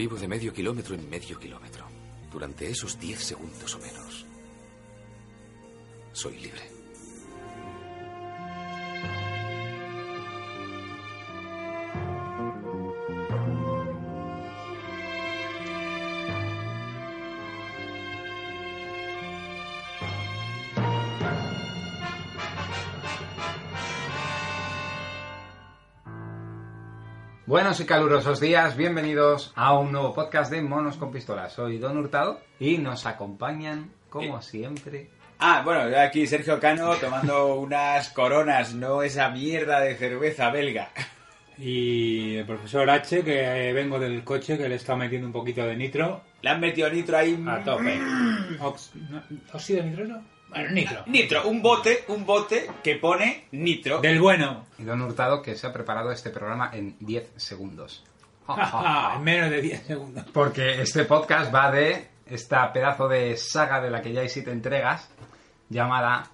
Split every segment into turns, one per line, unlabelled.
Vivo de medio kilómetro en medio kilómetro. Durante esos 10 segundos o menos, soy libre.
Buenos y calurosos días, bienvenidos a un nuevo podcast de Monos con Pistolas. Soy Don Hurtado y nos acompañan, como siempre.
Ah, bueno, aquí Sergio Cano tomando unas coronas, no esa mierda de cerveza belga.
Y el profesor H, que eh, vengo del coche, que le está metiendo un poquito de nitro
Le han metido nitro ahí.
a tope.
Mm.
Ox- no, ¿Óxido nitroso? Bueno, nitro.
Nitro, un bote, un bote que pone nitro.
Del bueno.
Y Don Hurtado que se ha preparado este programa en 10 segundos. Ah,
en menos de 10 segundos.
Porque este podcast va de esta pedazo de saga de la que ya hay siete entregas, llamada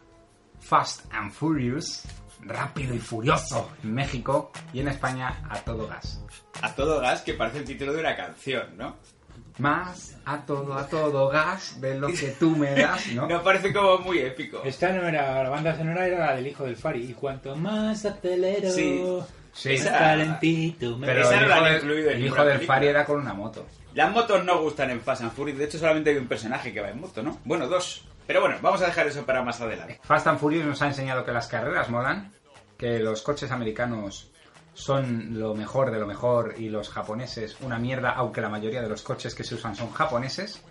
Fast and Furious, Rápido y Furioso, en México y en España a todo gas.
A todo gas que parece el título de una canción, ¿no?
Más a todo, a todo gas de lo que tú me das, ¿no?
No parece como muy épico.
Esta no era la banda sonora, era la del hijo del Fari. Y cuanto más acelero,
Sí.
Sí.
más calentito. me-
Pero
Esa
el
no la
hijo,
han
del,
incluido en
el
ninguna
hijo del
película.
Fari era con una moto.
Las motos no gustan en Fast and Furious, de hecho solamente hay un personaje que va en moto, ¿no? Bueno, dos. Pero bueno, vamos a dejar eso para más adelante.
Fast and Furious nos ha enseñado que las carreras molan, que los coches americanos son lo mejor de lo mejor y los japoneses una mierda, aunque la mayoría de los coches que se usan son japoneses.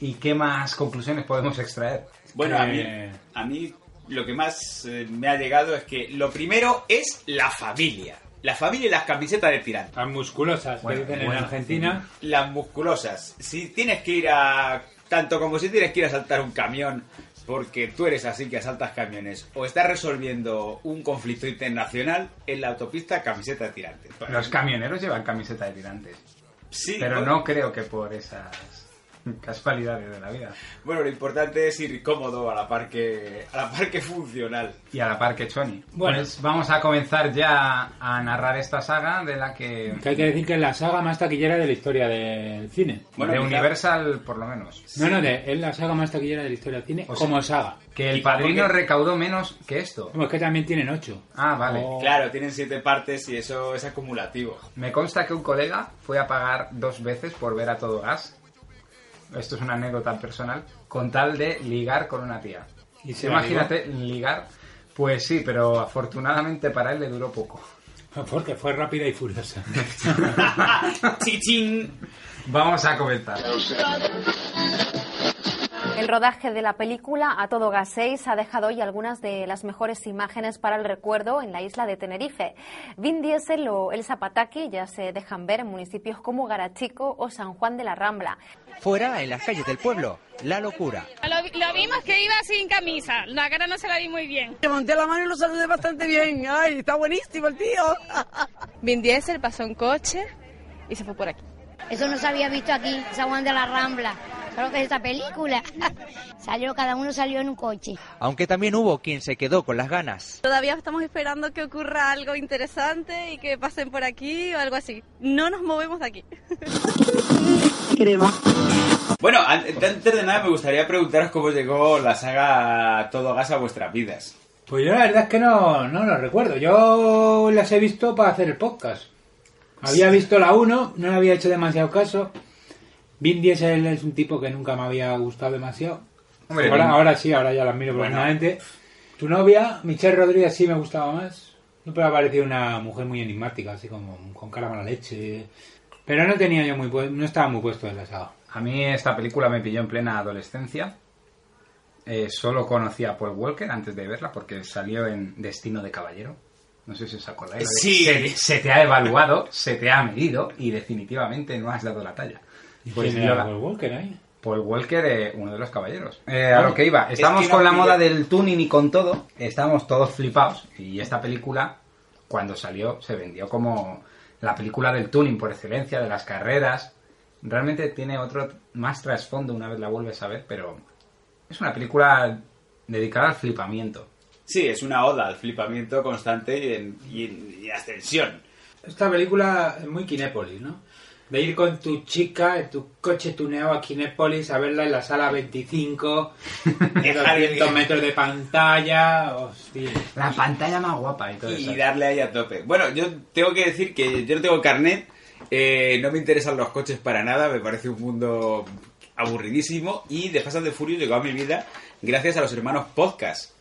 ¿Y qué más conclusiones podemos extraer?
Bueno, a mí,
Eh.
a mí lo que más eh, me ha llegado es que lo primero es la familia. La familia y las camisetas de tirante.
Tan musculosas,
Bueno,
que dicen en
bueno.
Argentina.
Las musculosas. Si tienes que ir a... Tanto como si tienes que ir a saltar un camión porque tú eres así que asaltas camiones o estás resolviendo un conflicto internacional en la autopista camiseta de tirante.
Los camioneros llevan camiseta de tirantes,
Sí,
pero
bueno,
no creo que por esas casualidades de la vida.
Bueno, lo importante es ir cómodo a la par que, a la par que funcional.
Y a la par que Choni.
Bueno.
Pues vamos a comenzar ya a narrar esta saga de la que...
Que hay que decir que es la saga más taquillera de la historia del cine.
Bueno,
de
quizá-
Universal, por lo menos.
No, no, de- es la saga más taquillera de la historia del cine
O sea,
como saga.
Que el
Y como
padrino
que-
recaudó menos que esto.
Como es que también tienen ocho.
Ah, vale.
O-
Claro, tienen siete partes y eso es acumulativo.
Me consta que un colega fue a pagar dos veces por ver a todo gas. Esto es una anécdota personal. Con tal de ligar con una tía.
¿Y se la
Imagínate, ligar. Pues sí, pero afortunadamente para él le duró poco.
Porque fue rápida y furiosa.
¡Chichín!
Vamos a comenzar.
El rodaje de la película A Todo Gas 6 ha dejado hoy algunas de las mejores imágenes para el recuerdo en la isla de Tenerife. Vin Diesel o El Zapataki ya se dejan ver en municipios como Garachico o San Juan de la Rambla.
Fuera, en las calles del pueblo, la locura.
Lo, vi- lo vimos que iba sin camisa, la cara no se la vi muy bien.
Levanté la mano y lo saludé bastante bien. Ay, está buenísimo el tío.
Vin Diesel pasó en coche y se fue por aquí.
Eso no se había visto aquí, San Juan de la Rambla. Claro que es esta película. Salió, cada uno salió en un coche.
Aunque también hubo quien se quedó con las ganas.
Todavía estamos esperando que ocurra algo interesante y que pasen por aquí o algo así. No nos movemos de aquí.
Bueno, an- antes de nada me gustaría preguntaros cómo llegó la saga Todo Gas a vuestras vidas.
Pues yo la verdad es que no, no lo recuerdo. Yo las he visto para hacer el podcast. Había visto la 1, no le había hecho demasiado caso. Vin Diesel es un tipo que nunca me había gustado demasiado.
Hombre,
ahora,
Vin-
ahora sí, ahora ya las miro permanentemente. Tu novia, Michelle Rodríguez, sí me gustaba más. Siempre me ha parecido una mujer muy enigmática, así como con cara mala leche. Pero no tenía yo muy pu- no estaba muy puesto en la saga.
A mí esta película me pilló en plena adolescencia. Eh, solo conocía a Paul Walker antes de verla porque salió en Destino de Caballero. No sé si os acordáis. la de-
Sí.
Se, se te ha evaluado, se te ha medido y definitivamente no has dado la talla. Pues
¿Quién
yo
era
la-
Paul Walker ahí?
Paul Walker, eh, uno de los caballeros. Eh, a lo que iba, estamos
es que
con la
no-
moda del tuning y con todo, estamos todos flipados. Y esta película, cuando salió, se vendió como la película del tuning por excelencia, de las carreras. Realmente tiene otro más trasfondo una vez la vuelves a ver, pero es una película dedicada al flipamiento.
Sí, es una oda al flipamiento constante y, en, y en- y ascensión.
Esta película es muy Kinépolis, ¿no? de ir con tu chica en tu coche tuneado a Kinépolis a verla en la sala 25, de
Dejar el-
200 metros de pantalla, hostia.
La pantalla más guapa y todo eso.
y darle ahí a tope. Bueno, yo tengo que decir que yo no tengo carnet, eh, no me interesan los coches para nada, me parece un mundo aburridísimo y de Fast and the Furious llegó a mi vida gracias a los hermanos podcast.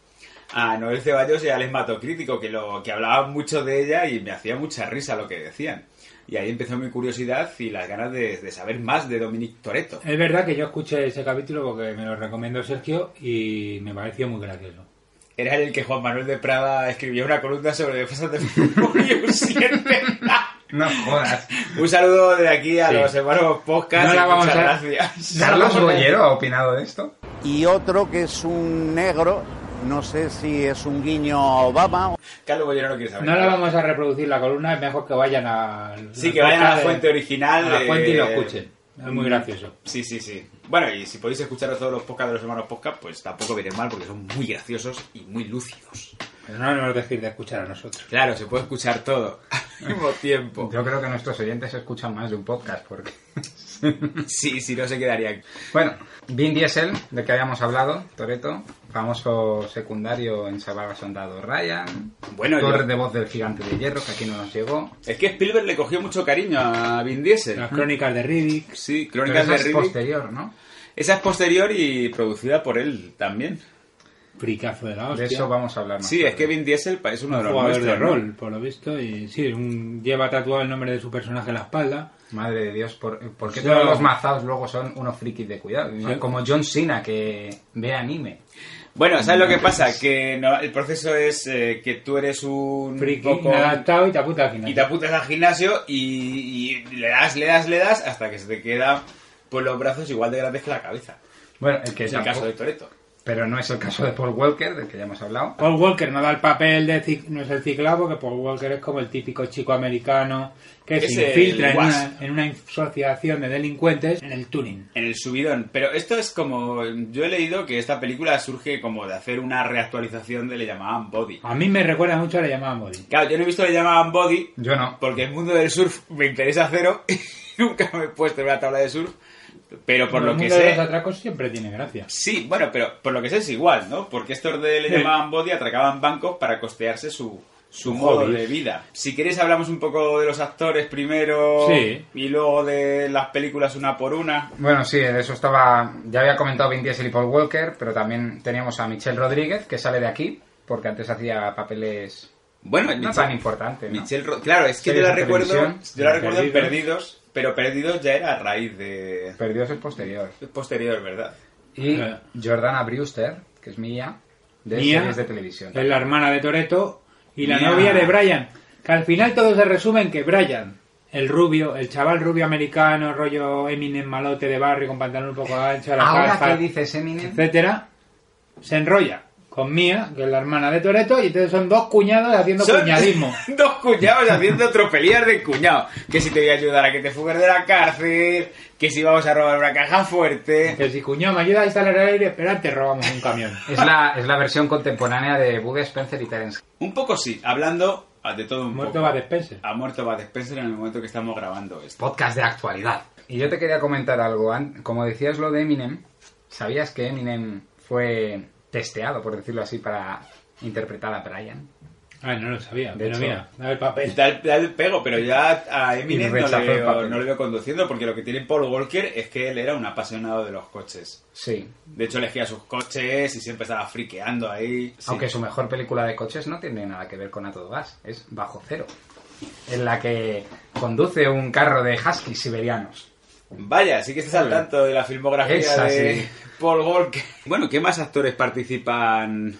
A Noel Ceballos y a Alex Mato Crítico, que, lo, que hablaban mucho de ella y me hacía mucha risa lo que decían. Y ahí empezó mi curiosidad y las ganas de, de saber más de Dominic Toretto.
Es verdad que yo escuché ese capítulo porque me lo recomendó Sergio y me pareció muy gracioso.
Era el que Juan Manuel de Prada escribió una columna sobre The Fast and the Furious. y es verdad.
No jodas.
Un saludo de aquí a los hermanos podcast.
No
y
la vamos
muchas
a-
gracias.
Carlos Bollero ha opinado de esto.
Y otro que es un negro, no sé si es un guiño a Obama.
Carlos Bollero no quiere saber.
No la
nada.
vamos a reproducir la columna, es mejor que vayan a...
Sí, que vayan a la
de-
fuente original.
a la
de-
fuente y lo escuchen. Es muy gracioso.
Sí, sí, sí. Bueno, y si podéis escuchar todos los podcasts de los hermanos podcast, pues tampoco viene mal porque son muy graciosos y muy lúcidos.
Pero no nos dejéis de escuchar a nosotros.
Claro, se puede escuchar todo al mismo tiempo.
Yo creo que nuestros oyentes escuchan más de un podcast porque...
Sí, sí, no se quedaría.
Bueno, Vin Diesel, del que habíamos hablado, Toreto, famoso secundario en Salvar al Soldado Ryan,
Bueno,
actor
yo-
de voz del Gigante de Hierro, que aquí no nos llegó.
Es que Spielberg le cogió mucho cariño a Vin Diesel.
Las crónicas de Riddick.
Sí,
Pero
Crónicas
esa
de
es
Riddick.
posterior, ¿no?
Esa es posterior y producida por él también.
Fricazo de la
De
hostia.
eso vamos a hablar más
Sí, es
tarde.
que Vin Diesel es uno de los
jugador de
nuestros, ¿no?
rol, por lo visto. Y sí, un- lleva tatuado el nombre de su personaje en la espalda.
Madre de Dios, ¿por, por qué
Sí.
todos los mazados luego son unos frikis de cuidado?
Sí.
Como John Cena, que ve anime.
Bueno, ¿sabes lo que pasa? Que no- el proceso es eh, que tú eres un
Friki,
poco...
inadaptado y te apunta al final.
Y te apuntas al gimnasio y, y le das, le das, le das hasta que se te queda pues los brazos igual de grandes que la cabeza.
Bueno, el que
Es el
tampoco-
caso de Toreto.
Pero no es el caso de Paul Walker, del que ya hemos hablado.
Paul Walker no da el papel de ci- no es el ciclado porque Paul Walker es como el típico chico americano que
Es
se
el
infiltra en una,
guas.
en una asociación de delincuentes en el tuning.
En el subidón. Pero esto es como... Yo he leído que esta película surge como de hacer una reactualización de Le llamaban Body.
A mí me recuerda mucho a la llamada Modi.
Claro, yo no he visto Le llamaban Body
Yo no.
porque el mundo del surf me interesa cero. Nunca me he puesto en una tabla de surf. Pero por
el
lo que
mundo
sé...
de los atracos siempre tiene gracia.
Sí, bueno, pero por lo que sé es igual, ¿no? Porque estos de le
Sí.
llamaban body atracaban bancos para costearse su, su
Hobby.
modo de vida. Si queréis hablamos un poco de los actores primero
Sí.
y luego de las películas una por una.
Bueno, sí, de eso estaba. Ya había comentado Vin Diesel y Paul Walker, pero también teníamos a Michelle Rodríguez, que sale de aquí, porque antes hacía papeles
Bueno,
no tan importantes. ¿no?
Michelle Ro- claro, es que yo
Series
la
de
recuerdo,
televisión.
yo la recuerdo en
Perdidos.
Perdidos, pero Perdidos ya era a raíz de
Perdidos es posterior.
posterior, ¿verdad?
Y
Claro.
Jordana Brewster, que es mía, de
Eh. Mía
series de televisión.
es la hermana de Toreto y la
Mía.
novia de Brian. Que al final todo se resume en que Brian, el rubio, el chaval rubio americano, rollo Eminem malote de barrio con pantalón un poco ancho, la
Ahora
calza,
que dices Eminem,
etcétera, se enrolla con Mía, que es la hermana de Toreto, y entonces son dos cuñados haciendo
Son
cuñadismo.
Dos cuñados haciendo tropelías de cuñado. Que si te voy a ayudar a que te fugues de la cárcel, que si vamos a robar una caja fuerte.
Que si cuñado me ayuda a instalar el aire, espera, te robamos un camión.
es la, es la versión contemporánea de Bud Spencer y Terence.
Un poco sí, hablando ah, de todo un
Muerto
poco.
va despense.
Ha muerto Bad Spencer en el momento que estamos grabando esto.
Podcast de actualidad. Y yo te quería comentar algo. An- Como decías lo de Eminem, ¿sabías que Eminem fue testeado, por decirlo así, para interpretar a Brian?
Ay, no lo sabía,
De
pero
hecho-
mira, da el papel.
Da el, da el pego, pero ya a Eminem
Y
no
rechazó
le,
el
veo,
papel.
no le veo conduciendo porque lo que tiene Paul Walker es que él era un apasionado de los coches.
Sí,
De hecho, elegía sus coches y siempre estaba friqueando ahí. Sí.
Aunque su mejor película de coches no tiene nada que ver con A Todo Gas, es Bajo Cero, en la que conduce un carro de huskies siberianos.
Vaya, sí que estás al tanto de la filmografía
Esa,
de
sí.
Paul Walker. Bueno, ¿qué más actores participan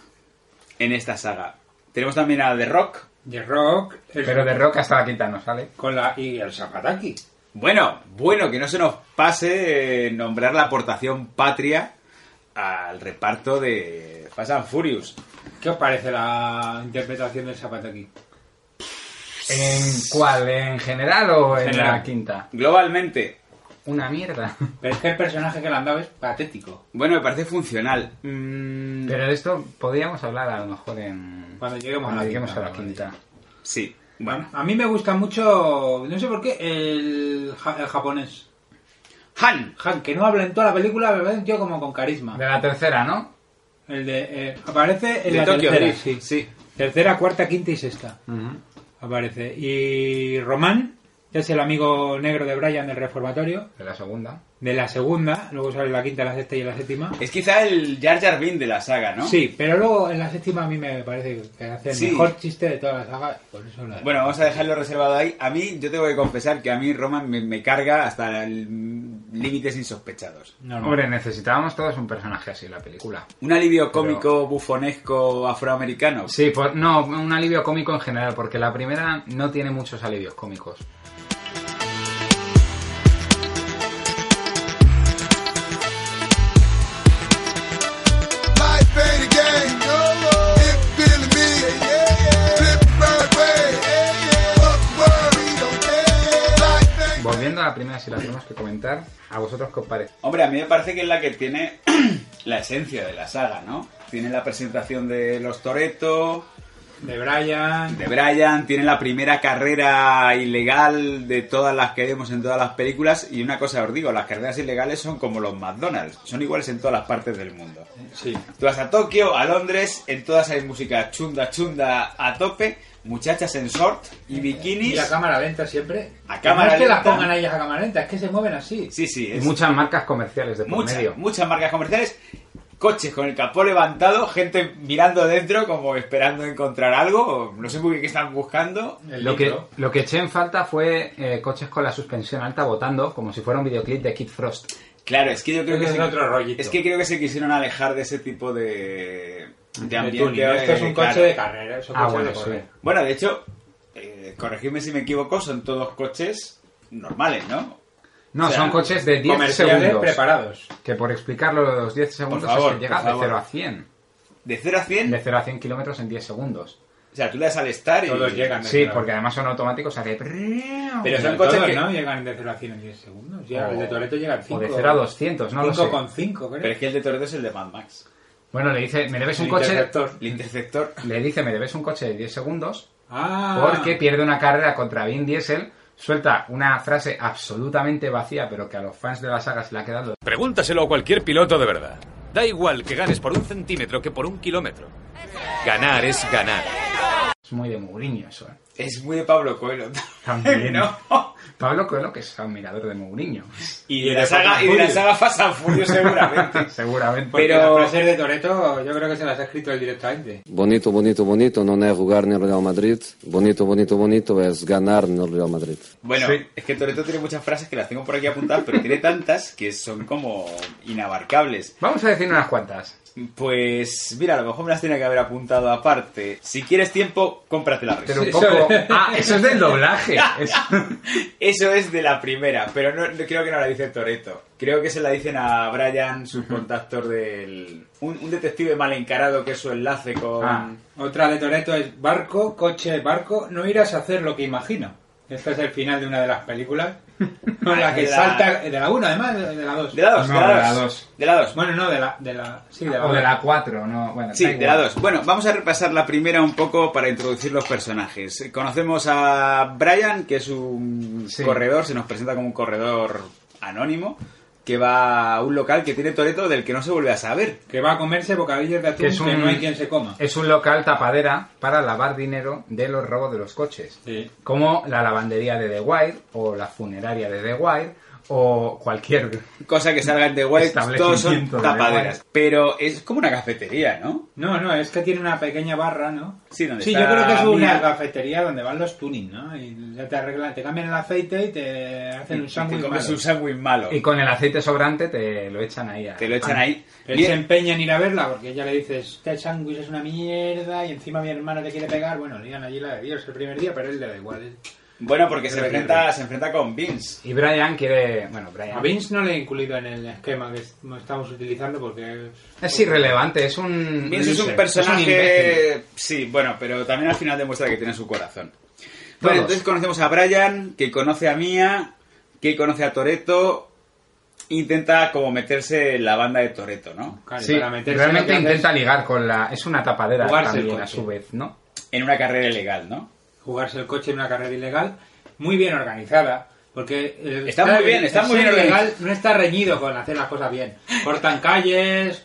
en esta saga? Tenemos también a The Rock.
The Rock, el-
Pero de rock hasta la quinta no sale.
con la, y el Zapataki.
Bueno, bueno, que no se nos pase eh, nombrar la aportación patria al reparto de Fast and Furious.
¿Qué os parece la interpretación del Zapataki?
¿En cuál? ¿En general o en
General.
la quinta?
Globalmente,
Una mierda.
Pero es que el personaje que le han dado es patético.
bueno, me parece funcional. Mm,
Pero de esto podríamos hablar a lo mejor en...
Cuando lleguemos a la quinta.
a la quinta.
sí.
A mí me gusta mucho, no sé por qué, el, ja- el japonés.
Han.
Han, que no habla en toda la película, pero es un tío como con carisma.
De la tercera, ¿no?
El de, eh, aparece en
De
la
Tokyo
tercera,
Drift,
sí.
sí.
Tercera, cuarta, quinta y sexta. Aparece. Y Román, que es el amigo negro de Brian del reformatorio,
De la segunda.
de la segunda, luego sale la quinta, la sexta y la séptima.
Es quizá el Jar Jar Binks de la saga, ¿no?
Sí, pero luego en la séptima a mí me parece que hace el
Sí.
mejor chiste de toda la saga. Por eso la-
Bueno, vamos a dejarlo reservado ahí. A mí, yo tengo que confesar que a mí Roman me, me carga hasta el- límites insospechados.
Normal.
Hombre, necesitábamos todos un personaje así en la película.
Un alivio cómico, bufonesco, afroamericano.
Sí, pues no, un alivio cómico en general, porque la primera no tiene muchos alivios cómicos. Volviendo a la primera, si la tenemos que comentar, ¿a vosotros qué os parece?
Hombre, a mí me parece que es la que tiene la esencia de la saga, ¿no? Tiene la presentación de los Toreto,
De Brian.
de Brian, tiene la primera carrera ilegal de todas las que vemos en todas las películas. Y una cosa os digo, las carreras ilegales son como los McDonald's, son iguales en todas las partes del mundo.
Sí.
Tú vas a Tokio, a Londres, en todas hay música chunda, chunda a tope, muchachas en short y bikinis.
Y a cámara lenta siempre.
A cámara
no es que las
lenta.
pongan a ellas a cámara lenta, es que se mueven así.
Sí, sí,
Y
es
muchas marcas comerciales de por
muchas,
medio.
muchas marcas comerciales, coches con el capó levantado, gente mirando dentro como esperando encontrar algo, o no sé muy bien qué están buscando.
El
Lo que,
libro.
lo que eché en falta fue eh, coches con la suspensión alta botando, como si fuera un videoclip de Kid Frost.
Claro, es que yo creo
Ese
que
es
se-
otro rollito.
es que creo que se quisieron alejar de ese tipo de, de
De
ambiente.
tuning. Esto es un
eh,
coche
claro.
de carrera, es un
Ah,
coche
bueno,
de correr.
sí.
Bueno, de hecho, eh, corregidme si me equivoco, son todos coches normales, ¿no?
No,
O sea,
son coches de 10
Comerciales
segundos.
preparados.
Que por explicarlo, los 10 segundos
favor,
es que llega
por
de
favor.
0 a 100.
De 0 a 100,
De 0 a 100 kilómetros en 10 segundos.
o sea, tú le das al estar y...
Todos llegan.
Sí,
Ah, claro.
porque además son automáticos, o sea que... Pero
son coches
todos,
que-
¿no? Llegan de 0 a 100 en 10 segundos. Ya, el de Toreto llega en 5.
O de 0 a 200, no lo sé.
con 5, creo.
Pero es que el de Toreto es el de Mad Max.
Bueno, le dice, me debes
El
un coche...
interceptor.
El interceptor...
Le dice, me debes un coche de 10 segundos
Ah,
porque pierde una carrera contra Vin Diesel. Suelta una frase absolutamente vacía, pero que a los fans de la saga se le ha quedado
Pregúntaselo a cualquier piloto de verdad. Da igual que ganes por un centímetro que por un kilómetro. Ganar es ganar.
es muy de Mourinho eso. ¿eh?
Es muy de Pablo Coelho.
También.
¿no?
Pablo Coelho, que es admirador de Mourinho,
Y de, la saga, y de la saga Fast and Furious seguramente.
seguramente.
porque
pero-
las frases de Toreto yo creo que se las ha escrito él directamente.
Bonito, bonito, bonito no es jugar en el Real Madrid. Bonito, bonito, bonito es ganar en el Real Madrid.
Bueno, es que Toreto tiene muchas frases que las tengo por aquí apuntadas, pero tiene tantas que son como inabarcables.
Vamos a decir unas cuantas.
Pues mira, a lo mejor me las tenía que haber apuntado aparte. Si quieres tiempo, cómprate la
Pero un
Sí,
poco.
sobre-
Ah, eso es del doblaje. Es-
Eso es de la primera, pero no, no- creo que no la dice Toreto. Creo que se la dicen a Brian, su contactor del. Un, un detective mal encarado que es su enlace con.
Ah, otra de Toreto es barco, coche, barco, no irás a hacer lo que imagino. Este es el final de una de las películas. Con la que
De la-
salta. De la 1, además, de de la 2.
De la 2,
No,
de
de
la
la
2.
dos.
De la 2.
Bueno, no, de la. De la sí, de la
o de
dos.
la 4, ¿no? Bueno,
Sí,
da
de la
igual.
2. Bueno, vamos a repasar la primera un poco para introducir los personajes. Conocemos a Brian, que es un
Sí.
corredor, se nos presenta como un corredor anónimo, que va a un local que tiene Toreto del que no se vuelve a saber.
Que va a comerse bocadillos de atún
Que
que,
es un-
no hay quien se coma.
Es un local tapadera para lavar dinero de los robos de los coches.
Sí.
Como la lavandería de The Wire, o la funeraria de The Wire, o cualquier.
Cosa que salga en The Wild, todos son
Establecimiento de
tapaderas.
Wild.
Pero es como una cafetería, ¿no?
No, no, es que tiene una pequeña barra, ¿no?
Sí, donde
sí
está
yo creo que es una
Mia.
cafetería donde van los tuning, ¿no? Y ya te arreglan, te cambian el aceite y te hacen un
Te
sándwich
comes
malo.
un sándwich malo.
Y con el aceite sobrante te lo echan ahí. al
Te lo echan
pan.
Ah,
ahí.
Él
Bien.
se empeña en ir a verla porque ella le dice, este sándwich es una mierda y encima mi hermano te quiere pegar. Bueno, le iban allí la de Dios el primer día, pero él le da igual. él-
Bueno, porque se
Pero
enfrenta,
Henry.
se enfrenta con Vince.
Y Brian quiere. Bueno, Brian.
A Vince no le he incluido en el esquema que estamos utilizando porque... es-
Es irrelevante, es un.
Vince es un
loser,
personaje.
imbécil.
sí, bueno, pero también al final demuestra que tiene su corazón.
Todos.
Bueno, entonces conocemos a Brian, que conoce a Mia, que conoce a Toreto. Intenta como meterse en la banda de Toreto, ¿no?
Claro,
Sí,
para meterse lo que
realmente
hace
intenta ligar con la. Es una tapadera
Jugarse el
también a
coche.
su vez, ¿no?
En una carrera ilegal, ¿no?
es jugarse el coche en una carrera ilegal, muy bien organizada. Porque eh,
Está muy bien, está
el
muy bien
ser
organizado.
ilegal no está reñido con hacer las cosas bien. Cortan calles,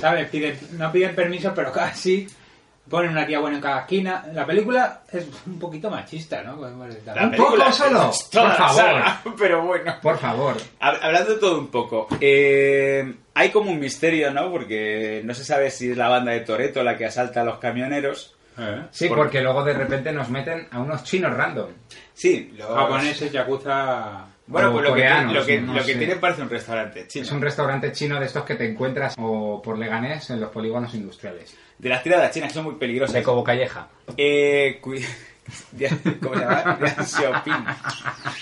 ¿sabes? Piden, no piden permiso, pero casi. Ponen una tía buena en cada esquina. La película es un poquito machista, ¿no? Pues,
La película es toda la saga, pero bueno.
Por favor.
Hab- Hablando de todo un poco, eh, hay como un misterio, ¿no? Porque no se sabe si es la banda de Toreto la que asalta a los camioneros.
Sí, porque luego de repente nos meten a unos chinos random.
Oh, Sí, los
Japoneses, yakuza...
Bueno, pues lo que,
coreanos,
lo que,
no
lo que
sé.
tiene parece un restaurante chino.
Es un restaurante chino de estos que te encuentras o por Leganés en los polígonos industriales.
De las tiradas chinas que son muy peligrosas.
De Cobo Calleja.
Eh, cui- Dia- ¿Cómo se llama? Dian Xiaoping.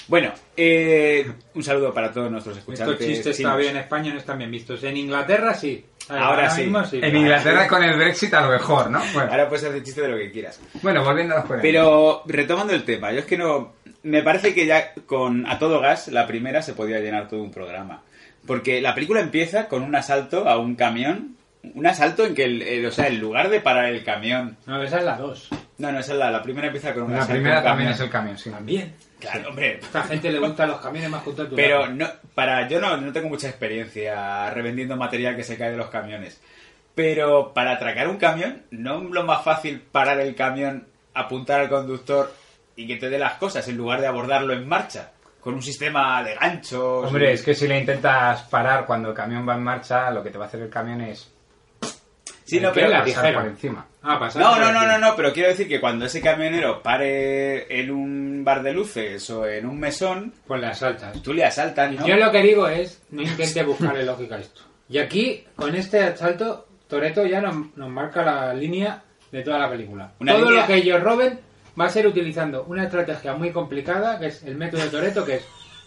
Bueno, eh, un saludo para todos nuestros escuchantes.
Estos chistes
chinos.
todavía en España no están bien vistos. En Inglaterra sí.
Ahora sí.
En Inglaterra con el Brexit a lo mejor, ¿no? Bueno,
Ahora puedes hacer chiste de lo que quieras.
bueno, volviendo a los coreanos.
Pero retomando el tema, yo es que no. Me parece que ya con A Todo Gas, la primera, se podía llenar todo un programa. Porque la película empieza con un asalto a un camión. Un asalto en que, el, el- o sea, en lugar de parar el camión.
No, esa es la 2.
No, no, esa es la, la primera empieza con un
la
asalto. a un
primera también
camión.
es el camión, sí.
También.
Claro, hombre.
A esta gente le gustan los camiones más juntos.
Pero no, para, yo no, no tengo mucha experiencia revendiendo material que se cae de los camiones. Pero para atracar un camión, ¿no es lo más fácil parar el camión, apuntar al conductor y que te dé las cosas en lugar de abordarlo en marcha? Con un sistema de ganchos.
Hombre, es que si le intentas parar cuando el camión va en marcha, lo que te va a hacer el camión es
Sí, no,
¿Qué?
pero
La
pasar
tijera.
por
encima.
Ah, pasar
No,
por
no, no,
encima.
no, no, pero quiero decir que cuando ese camionero pare en un bar de luces o en un mesón,
Pues le asaltas.
tú le asaltas, ¿no?
Yo lo que digo es, no intente buscarle lógica a esto. Y aquí, con este asalto, Toreto ya nos, nos marca la línea de toda la película.
Una
Todo
línea-
lo que ellos roben va a ser utilizando una estrategia muy complicada, que es el método de Toreto, que es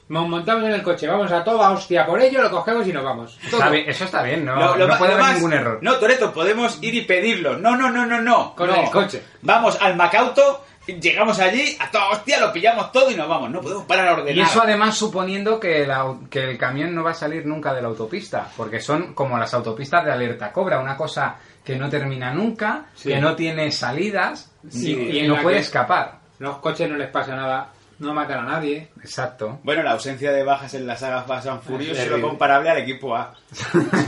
nos montamos en el coche, vamos a toda hostia por ello, lo cogemos y nos vamos. Todo.
Está bien, eso está bien, no,
Lo- lo
no
ma-
puede
lo
haber
más-
ningún error.
No, Toreto, podemos ir y pedirlo. No, no, no, no, no.
Con
No.
el coche.
Vamos al Macauto, llegamos allí, a toda hostia, lo pillamos todo y nos vamos. No podemos parar a ordenar.
Y eso además suponiendo que, la au- que el camión no va a salir nunca de la autopista, porque son como las autopistas de alerta cobra, una cosa que no termina nunca,
Sí.
que no tiene salidas
Sí,
y,
y en
no
la
puede
que-
escapar.
Los coches no les pasa nada, no matan a nadie.
Exacto.
Bueno, la ausencia de bajas en las sagas Fast and Furious
Es
es lo
terrible.
comparable al equipo A.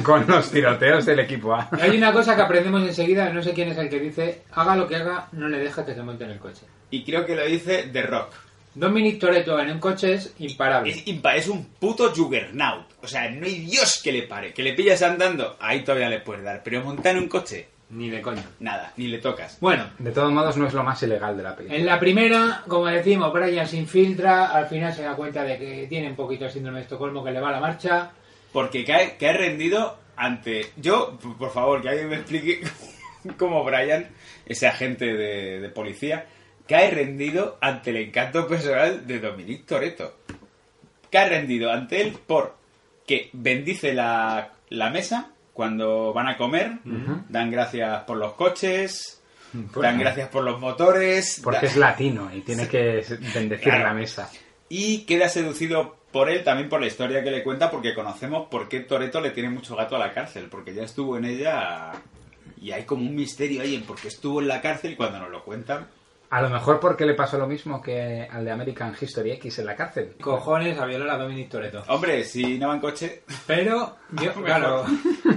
Con los tiroteos del equipo A.
Y Hay una cosa que aprendemos enseguida, no sé quién es el que dice, haga lo que haga, no le dejes que se monte en el coche.
Y creo que lo dice The Rock.
Dominic Toretto en un coche es imparable.
Es, impa- es un puto juggernaut. O sea, no hay Dios que le pare. Que le pillas andando, ahí todavía le puedes dar. Pero montar en un coche,
Ni de coña.
nada, ni le tocas.
Bueno,
De todos modos no es lo más ilegal de la película.
en la primera, como decimos, Brian se infiltra, al final se da cuenta de que tiene un poquito de síndrome de Estocolmo que le va la marcha.
Porque cae, cae rendido ante. Yo, p- por favor, que alguien me explique cómo Brian, ese agente de, de policía, cae rendido ante el encanto personal de Dominic Toreto. Cae rendido ante él por que bendice la, la mesa cuando van a comer, dan gracias por los coches, dan gracias por los motores.
Porque
da-
es latino y tiene que bendecir
Claro.
la mesa.
y queda seducido por él también por la historia que le cuenta porque conocemos por qué Toreto le tiene mucho gato a la cárcel porque ya estuvo en ella y hay como un misterio ahí en por qué estuvo en la cárcel y cuando nos lo cuentan
A lo mejor porque le pasó lo mismo que al de American History X en la cárcel.
Cojones a violar a Dominic Toretto.
hombre si no va en coche
Pero, yo, claro.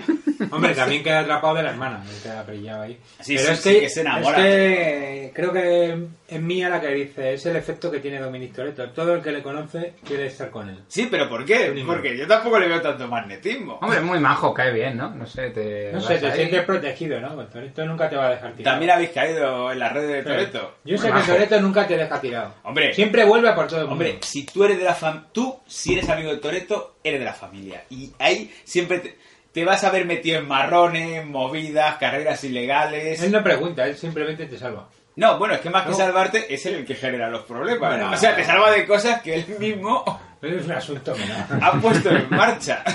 Hombre, también queda atrapado de la hermana, él queda pillado ahí.
Sí,
Pero
sí,
es
sí,
que,
que se enamora.
es que creo que es mía la que dice, es el efecto que tiene Dominic Toretto. Todo el que le conoce quiere estar con él.
sí pero por qué porque yo tampoco le veo tanto magnetismo
Hombre, es muy majo, cae bien, ¿no? No sé, te...
No
vas
sé, te
ahí.
sientes protegido, ¿no? Con Toretto nunca te va a dejar tirado.
también habéis caído en las redes de Toreto
Yo sé que
Majo.
Toretto nunca te deja tirado.
hombre
Siempre vuelve a por todo el mundo.
Hombre, si tú eres de la fam... Tú, si eres amigo de Toreto, eres de la familia. Y ahí siempre te, te vas a ver metido en marrones, movidas, carreras ilegales.
él no pregunta, él simplemente te salva.
No, bueno, es que más que
No.
salvarte es él el que genera los problemas.
Bueno.
o sea, te salva de cosas que él mismo
Es un asunto menor.
ha puesto en marcha.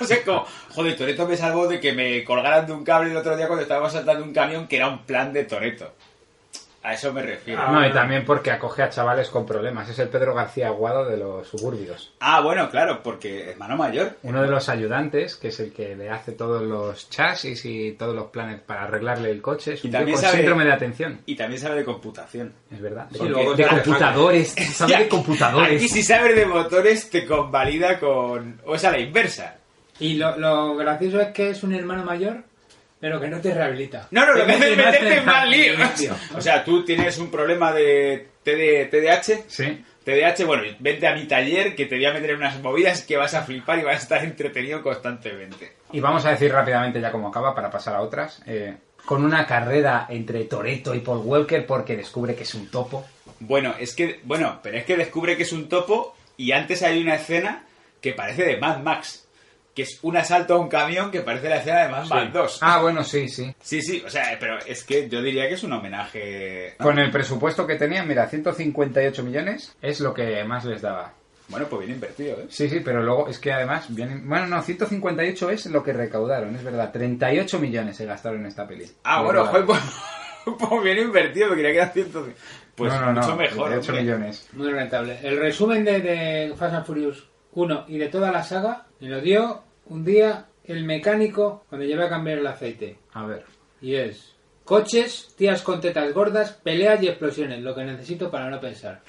O sea, es como, joder, Toreto me salvó de que me colgaran de un cable el otro día cuando estábamos saltando un camión que era un plan de Toreto. A eso me refiero.
No, y también porque acoge a chavales con problemas. Es el Pedro García Aguado de los suburbios.
Ah, bueno, claro, porque hermano mayor.
Uno de los ayudantes, que es el que le hace todos los chasis y todos los planes para arreglarle el coche, es un tío
también
con
sabe-
síndrome de atención.
Y también sabe de computación.
Es verdad.
Sí,
Porque-
luego
de
sabe-
computadores. Sabe de computadores.
Aquí si sabes de motores te convalida con... O es a la inversa.
Y lo, lo gracioso es que es un hermano mayor, pero que no te rehabilita.
No, no, lo que hace es
Te mete
meterte en más
lío.
líos. O sea, tú tienes un problema de TD TDAH.
Sí.
TDAH, bueno, vente a mi taller que te voy a meter en unas movidas que vas a flipar y vas a estar entretenido constantemente.
Y vamos a decir rápidamente ya cómo acaba para pasar a otras. eh, con una carrera entre Toreto y Paul Walker porque descubre que es un topo.
Bueno, es que, bueno, pero es que descubre que es un topo y antes hay una escena que parece de Mad Max, que es un asalto a un camión que parece la escena de Mad Max 2.
Ah, bueno, sí, sí.
Sí, sí, o sea, pero es que yo diría que es un homenaje...
Con el presupuesto que tenían, mira, 158 millones es lo que más les daba.
Bueno, pues bien invertido, ¿eh?
Sí, sí, pero luego es que además vienen... Bueno, no, 158 es lo que recaudaron, es verdad. 38 millones se gastaron en esta peli.
Ah,
Es
bueno,
verdad.
joder, pues, pues bien invertido, me quería quedar 100... Pues
No, no, no,
mucho mejor,
38
hombre.
millones.
Muy rentable. El resumen de, de Fast and Furious 1 y de toda la saga me lo dio un día el mecánico cuando llevé a cambiar el aceite.
A ver.
Y es coches, tías con tetas gordas, peleas y explosiones, lo que necesito para no pensar.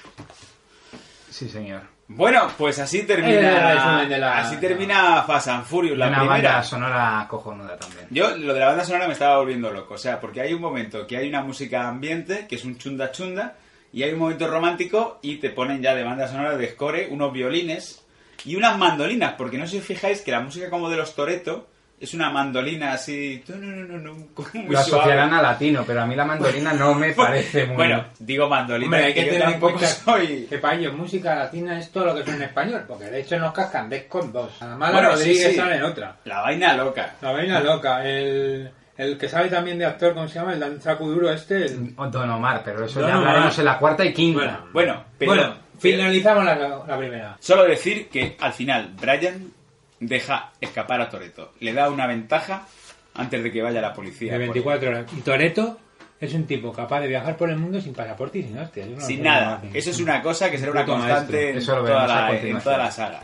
Sí, señor.
Bueno, pues así
Eh, el resumen
termina...
de la-
así termina Fast and Furious, la
una
primera.
banda sonora cojonuda también.
Yo lo de la banda sonora me estaba volviendo loco, o sea, porque hay un momento que hay una música ambiente, que es un chunda chunda, y hay un momento romántico y te ponen ya de banda sonora de score unos violines y unas mandolinas, porque no sé si os fijáis que la música como de los Toreto es una mandolina así... tu, nu, nu, nu, nu, como muy
Lo
suave.
asociarán a latino, pero a mí la mandolina no me parece muy...
Bueno, digo mandolina,
Hombre, hay que
yo
tener en
tampoco
cuenta
soy...
que para ellos música latina es todo lo que suena en español, porque de hecho nos cascan con dos. Además,
Bueno,
la Rodríguez
sí, sí.
sale en otra.
La vaina loca.
La vaina loca. El, el que sabe también de actor, ¿cómo se llama? El danzaco duro este. el-
O Oh, Don Omar, pero eso
Don
ya hablaremos
Omar.
en la cuarta y quinta.
Bueno, pero...
bueno, finalizamos la, la primera.
Solo decir que al final Brian deja escapar a Toreto. Le da una ventaja antes de que vaya la policía.
De 24 horas. Y Toreto es un tipo capaz de viajar por el mundo sin pasaporte y sin hostia.
Porque- Sin nada. Eso es una cosa que será una
Puto
constante
maestro.
en
Eso lo
toda,
veremos a
la, en
continuación.
toda la saga.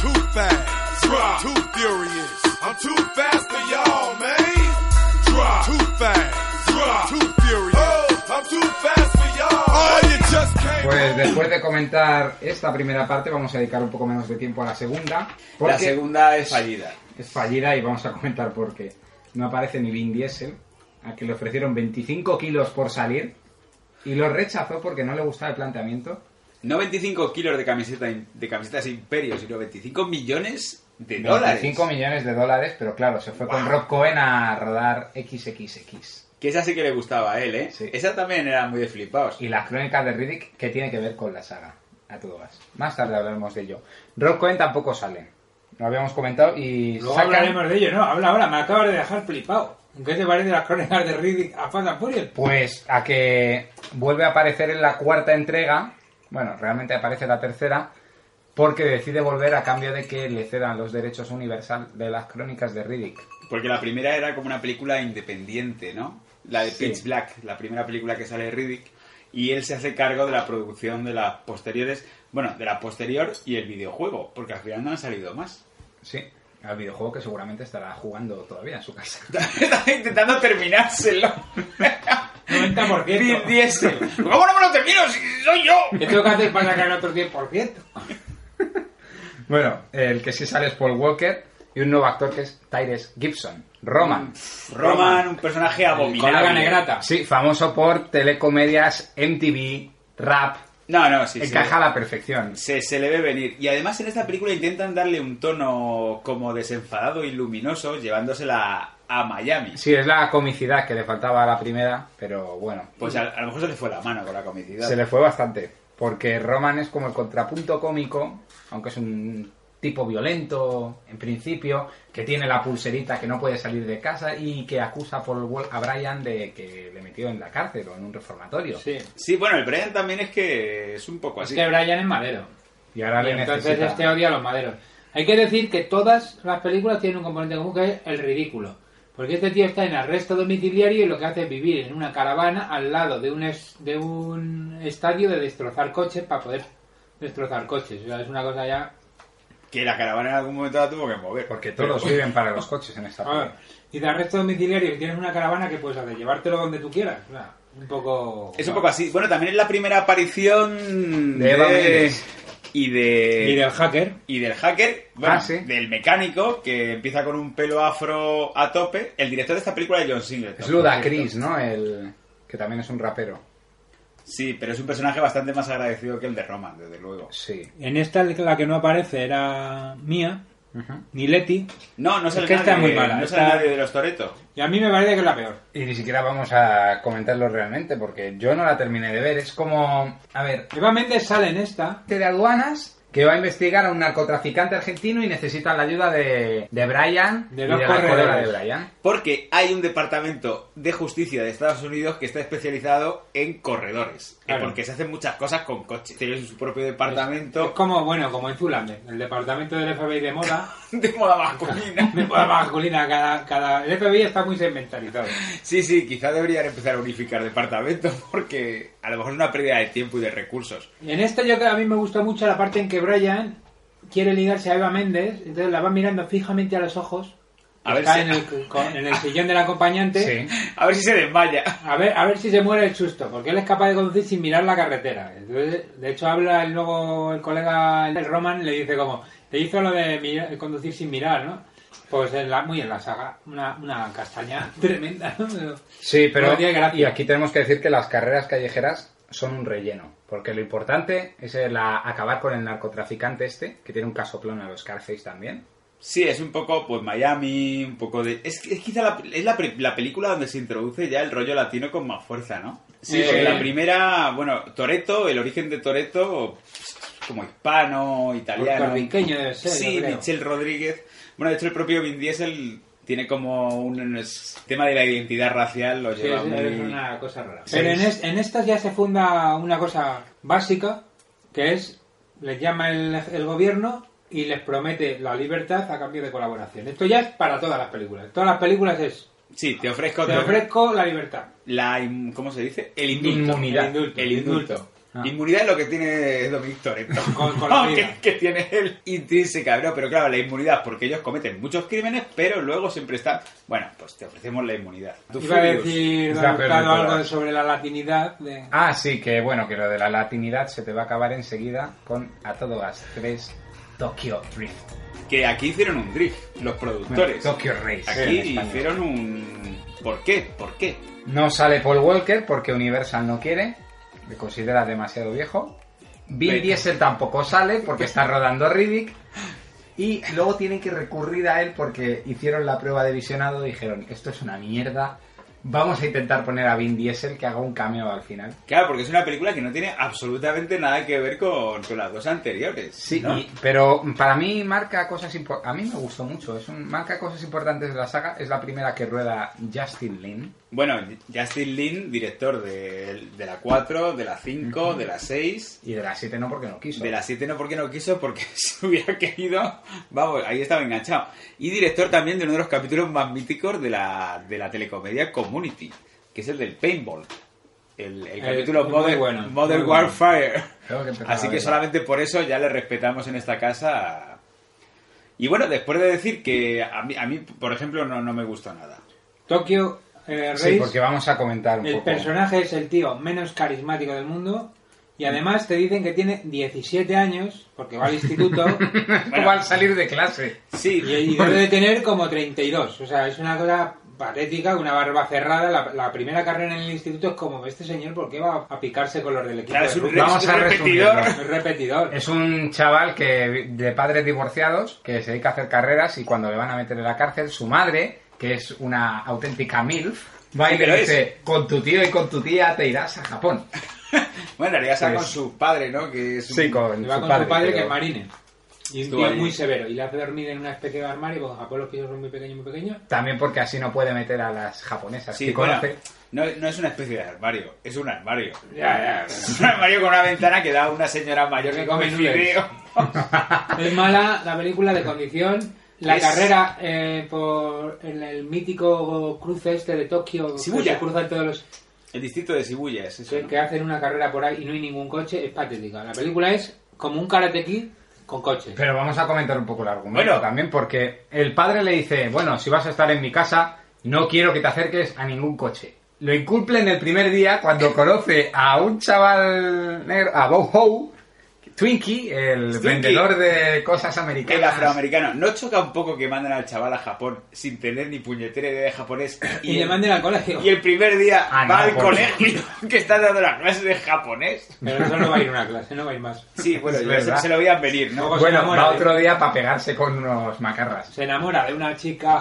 Too fast, too furious. I'm too fast for y'all, man. Too fast, too furious. I'm too fast for y'all. Oh, you just can't.
Pues después de comentar esta primera parte, vamos a dedicar un poco menos de tiempo a la segunda.
La segunda es fallida.
Es fallida y vamos a comentar por qué. No aparece ni Vin Diesel, a que le ofrecieron 25 kilos por salir y lo rechazó porque no le gustaba el planteamiento.
No 25 kilos de, camiseta, de camisetas Imperio, sino 25 millones de
25
dólares.
millones de dólares, pero claro, se fue con
Guau.
Rob Cohen a rodar XXX.
Que esa sí que le gustaba a él, ¿eh? Esa también era muy de flipaos.
Y las crónicas de Riddick, que tiene que ver con la saga, a todo gas. Más tarde hablaremos de ello. Rob Cohen tampoco sale. Lo habíamos comentado y
Luego
sacan-
hablaremos de ello, ¿no? Habla ahora, me acabas de dejar flipado. ¿Qué te parece las crónicas de Riddick a Fast and Furious?
Pues a que vuelve a aparecer en la cuarta entrega, bueno, realmente aparece la tercera, porque decide volver a cambio de que le cedan los derechos universal de las crónicas de Riddick.
Porque la primera era como una película independiente, ¿no? La de
Sí.
Pitch Black, la primera película que sale de Riddick. Y él se hace cargo de la producción de las posteriores. Bueno, de la posterior y el videojuego, porque al final no han salido más.
Sí, al videojuego que seguramente estará jugando todavía en su casa.
Está intentando terminárselo.
90%.
Vin Diesel. ¿Cómo no me lo termino si soy yo?
¿Qué tengo que hacer para sacar el otro 10%?
Bueno, el que sí sale es Paul Walker y un nuevo actor que es Tyrese Gibson, Roman.
Roman, un personaje abominable.
Sí, famoso por telecomedias, MTV, rap.
No, no, sí, sí.
Encaja a la perfección.
Se, se le ve venir. Y además en esta película intentan darle un tono como desenfadado y luminoso, llevándosela a Miami.
Sí, es la comicidad que le faltaba a la primera, pero bueno.
Pues a, a lo mejor se le fue la mano con la comicidad.
Se le fue bastante. Porque Roman es como el contrapunto cómico, aunque es un tipo violento en principio, que tiene la pulserita que no puede salir de casa y que acusa a, Paul Wall- a Brian de que le metió en la cárcel o en un reformatorio.
Sí.
Sí, bueno, el Brian también es que es un poco así.
Es que Brian es madero.
Y ahora
Y
le
entonces
necesita...
este odia a los maderos. Hay que decir que todas las películas tienen un componente común que es el ridículo. Porque este tío está en arresto domiciliario y lo que hace es vivir en una caravana al lado de un, es- de un estadio de destrozar coches para poder destrozar coches. O sea, es una cosa ya...
Que la caravana en algún momento la tuvo que mover.
Porque todos viven para los coches en esta
A ver, y de arresto domiciliario tienes una caravana que puedes hacer, llevártelo donde tú quieras. O sea, un poco...
Es un poco así. Bueno, también es la primera aparición
De Eva Méndez.
y de
Y del hacker.
y del hacker, bueno,
Ah, sí.
del mecánico que empieza con un pelo afro a tope. El director de esta película es John Singleton.
Es Luda Chris, ¿no? El que también es un rapero.
Sí, pero es un personaje bastante más agradecido que el de Roman, desde luego.
Sí.
En esta la que no aparece era mía, ni Leti.
No, no
es
sale
que está
nadie,
muy mala.
No
está-
sale nadie de los Toretos.
Y a mí me parece que es la peor.
Y ni siquiera vamos a comentarlo realmente, porque yo no la terminé de ver. Es como. A ver.
Eva Méndez sale en esta.
De aduanas. Que va a investigar a un narcotraficante argentino y necesitan la ayuda de, de Brian.
De
y
los
la
corredores.
colega de Brian.
Porque hay un departamento de justicia de Estados Unidos que está especializado en corredores. eh,
Claro.
Porque se hacen muchas cosas con coches. Tienen su propio departamento.
Es como, bueno, como en Zulander, el departamento del FBI de moda.
de moda masculina.
de moda masculina, cada, cada... El FBI está muy segmentarizado.
Sí, sí, quizá deberían empezar a unificar departamentos porque a lo mejor es una pérdida de tiempo y de recursos.
En esta yo creo- a mí me gusta mucho la parte en que Brian quiere ligarse a Eva Méndez, entonces la va mirando fijamente a los ojos.
A ver
está
si-
en, el, con- en el sillón del acompañante.
A ver si se desmaya.
A ver, a ver si se muere el susto, porque él es capaz de conducir sin mirar la carretera. Entonces, de hecho, habla el- luego el colega, el Roman, le dice como, te hizo lo de mirar- conducir sin mirar, ¿no? Pues en la, muy en la saga, una, una castaña tremenda, ¿no? Pero-
Sí, pero.
No tiene gracia.
Y aquí tenemos que decir que las carreras callejeras son un relleno. Porque lo importante es el a- acabar con el narcotraficante este, que tiene un casoplón a los Scarface también.
Sí, es un poco, pues, Miami, un poco de... Es, que- es quizá la, es la, pre- la película donde se introduce ya el rollo latino con más fuerza, ¿no? Sí,
Eh,
porque la primera, bueno, Toreto, el origen de Toreto, como hispano, italiano...
Puertorriqueño debe ser,
Sí,
yo creo.
Michel Rodríguez. Bueno, de hecho el propio Vin Diesel tiene como un, un es- tema de la identidad racial, lo
Sí,
lleva
sí,
muy...
es una cosa rara. Pero en, es- en estas ya se funda una cosa básica, que es, les llama el, el gobierno y les promete la libertad a cambio de colaboración. Esto ya es para todas las películas. Todas las películas es,
Sí, te ofrezco...
te ofrezco la libertad.
La, in- ¿Cómo se dice? El indulto.
Inmunidad.
El indulto.
El indulto. Ah.
Inmunidad es lo que tiene Dominic Toretto.
con la
que,
vida.
que tiene él intrínseca, ¿no? Pero claro, la inmunidad, porque ellos cometen muchos crímenes, pero luego siempre está. Bueno, pues te ofrecemos la inmunidad. Tu
Iba a
filius.
decir, don
la peor de
Hurtado, algo
todas.
sobre la latinidad. de-
Ah, sí, que bueno, que lo de la latinidad se te va a acabar enseguida con A Todo Gas 3 Tokyo Drift.
Que aquí hicieron un drift, los productores.
Bueno, Tokyo Race, en
Aquí
español.
hicieron un. ¿Por qué? ¿Por qué?
No sale Paul Walker porque Universal no quiere, le considera demasiado viejo. Vin
Vete.
Diesel tampoco sale porque está rodando Riddick. Y luego tienen que recurrir a él porque hicieron la prueba de visionado y dijeron, esto es una mierda, vamos a intentar poner a Vin Diesel que haga un cameo al final.
Claro, porque es una película que no tiene absolutamente nada que ver con, con las dos anteriores.
Sí,
¿no?
y- pero para mí marca cosas importantes. A mí me gustó mucho. Es un, marca cosas importantes de la saga. Es la primera que rueda Justin Lin.
Bueno, Justin Lin, director de, de la 4, de la 5, de la 6.
Y de la 7 no porque no quiso.
De la 7 no porque no quiso, porque si hubiera querido, vamos, ahí estaba enganchado. Y director también de uno de los capítulos más míticos de la, de la telecomedia Community, que es el del paintball. El, el
Eh,
capítulo
muy
Modern,
bueno,
Modern
muy bueno.
Warfare.
Tengo que empezar
Así
a
que
verlo.
solamente por eso ya le respetamos en esta casa. Y bueno, después de decir que a mí, a mí por ejemplo, no, no me gusta nada.
Tokio eh,
Sí,
Race,
porque vamos a comentar un
el
poco.
personaje es el tío menos carismático del mundo. Y además te dicen que tiene 17 años, porque va al instituto.
¿Cómo va al salir de clase?
Sí,
Y, y debe de tener como 32. O sea, es una cosa patética, una barba cerrada. La, la primera carrera en el instituto es como, este señor, ¿por qué va a picarse con los del equipo?
Claro,
de
es un
fútbol?".
Vamos a
repetidor.
resumirlo.
Es repetidor.
Es un chaval que de padres divorciados que se dedica a hacer carreras y cuando le van a meter en la cárcel, su madre, que es una auténtica MILF, va y
Pero
le
es-
dice, con tu tío y con tu tía te irás a Japón.
Bueno, en realidad está
Pues-
con su padre, ¿no? Que es un-
Sí, con
Y va
su
con
padre.
su padre que
pero-
es marine. Y un
Estuvo
tío
ahí.
muy severo. Y le hace dormir en una especie de armario, porque en Japón los pisos son muy pequeños, muy pequeños.
También porque así no puede meter a las japonesas
Sí,
que
bueno,
conoce.
no, no es una especie de armario, es un armario.
Ya, ya, ya.
Es un armario con una ventana que da a una señora mayor que
Que
come
come
fideo.
Es mala la película de condición La
Es-
carrera eh, por en el mítico cruce este de Tokio,
Shibuya.
que se cruzan todos los
El distrito de Shibuya es eso,
que,
¿no?
que hacen una carrera por ahí y no hay ningún coche, es patética. La película es como un Karate Kid con coches.
Pero vamos a comentar un poco el argumento
Bueno.
también, porque el padre le dice, bueno, si vas a estar en mi casa, no quiero que te acerques a ningún coche. Lo incumple en el primer día cuando conoce a un chaval negro, a Bow Howe, Twinkie, el
Twinkie.
vendedor de cosas
El
americanas.
afroamericano. ¿No choca un poco que mandan al chaval a Japón sin tener ni puñetera idea de japonés?
Y le
el-
manden al colegio.
Y el primer día
Ah,
va
no,
al
pues.
por-
colegio que está dando las clases de japonés.
Pero eso no va a ir a una clase, no va a ir más.
Sí, bueno,
Es
ya
verdad.
se, se lo veían venir, ¿no?
Luego se
Bueno,
enamora
va
de-
otro día para pegarse con unos macarras.
Se enamora de una chica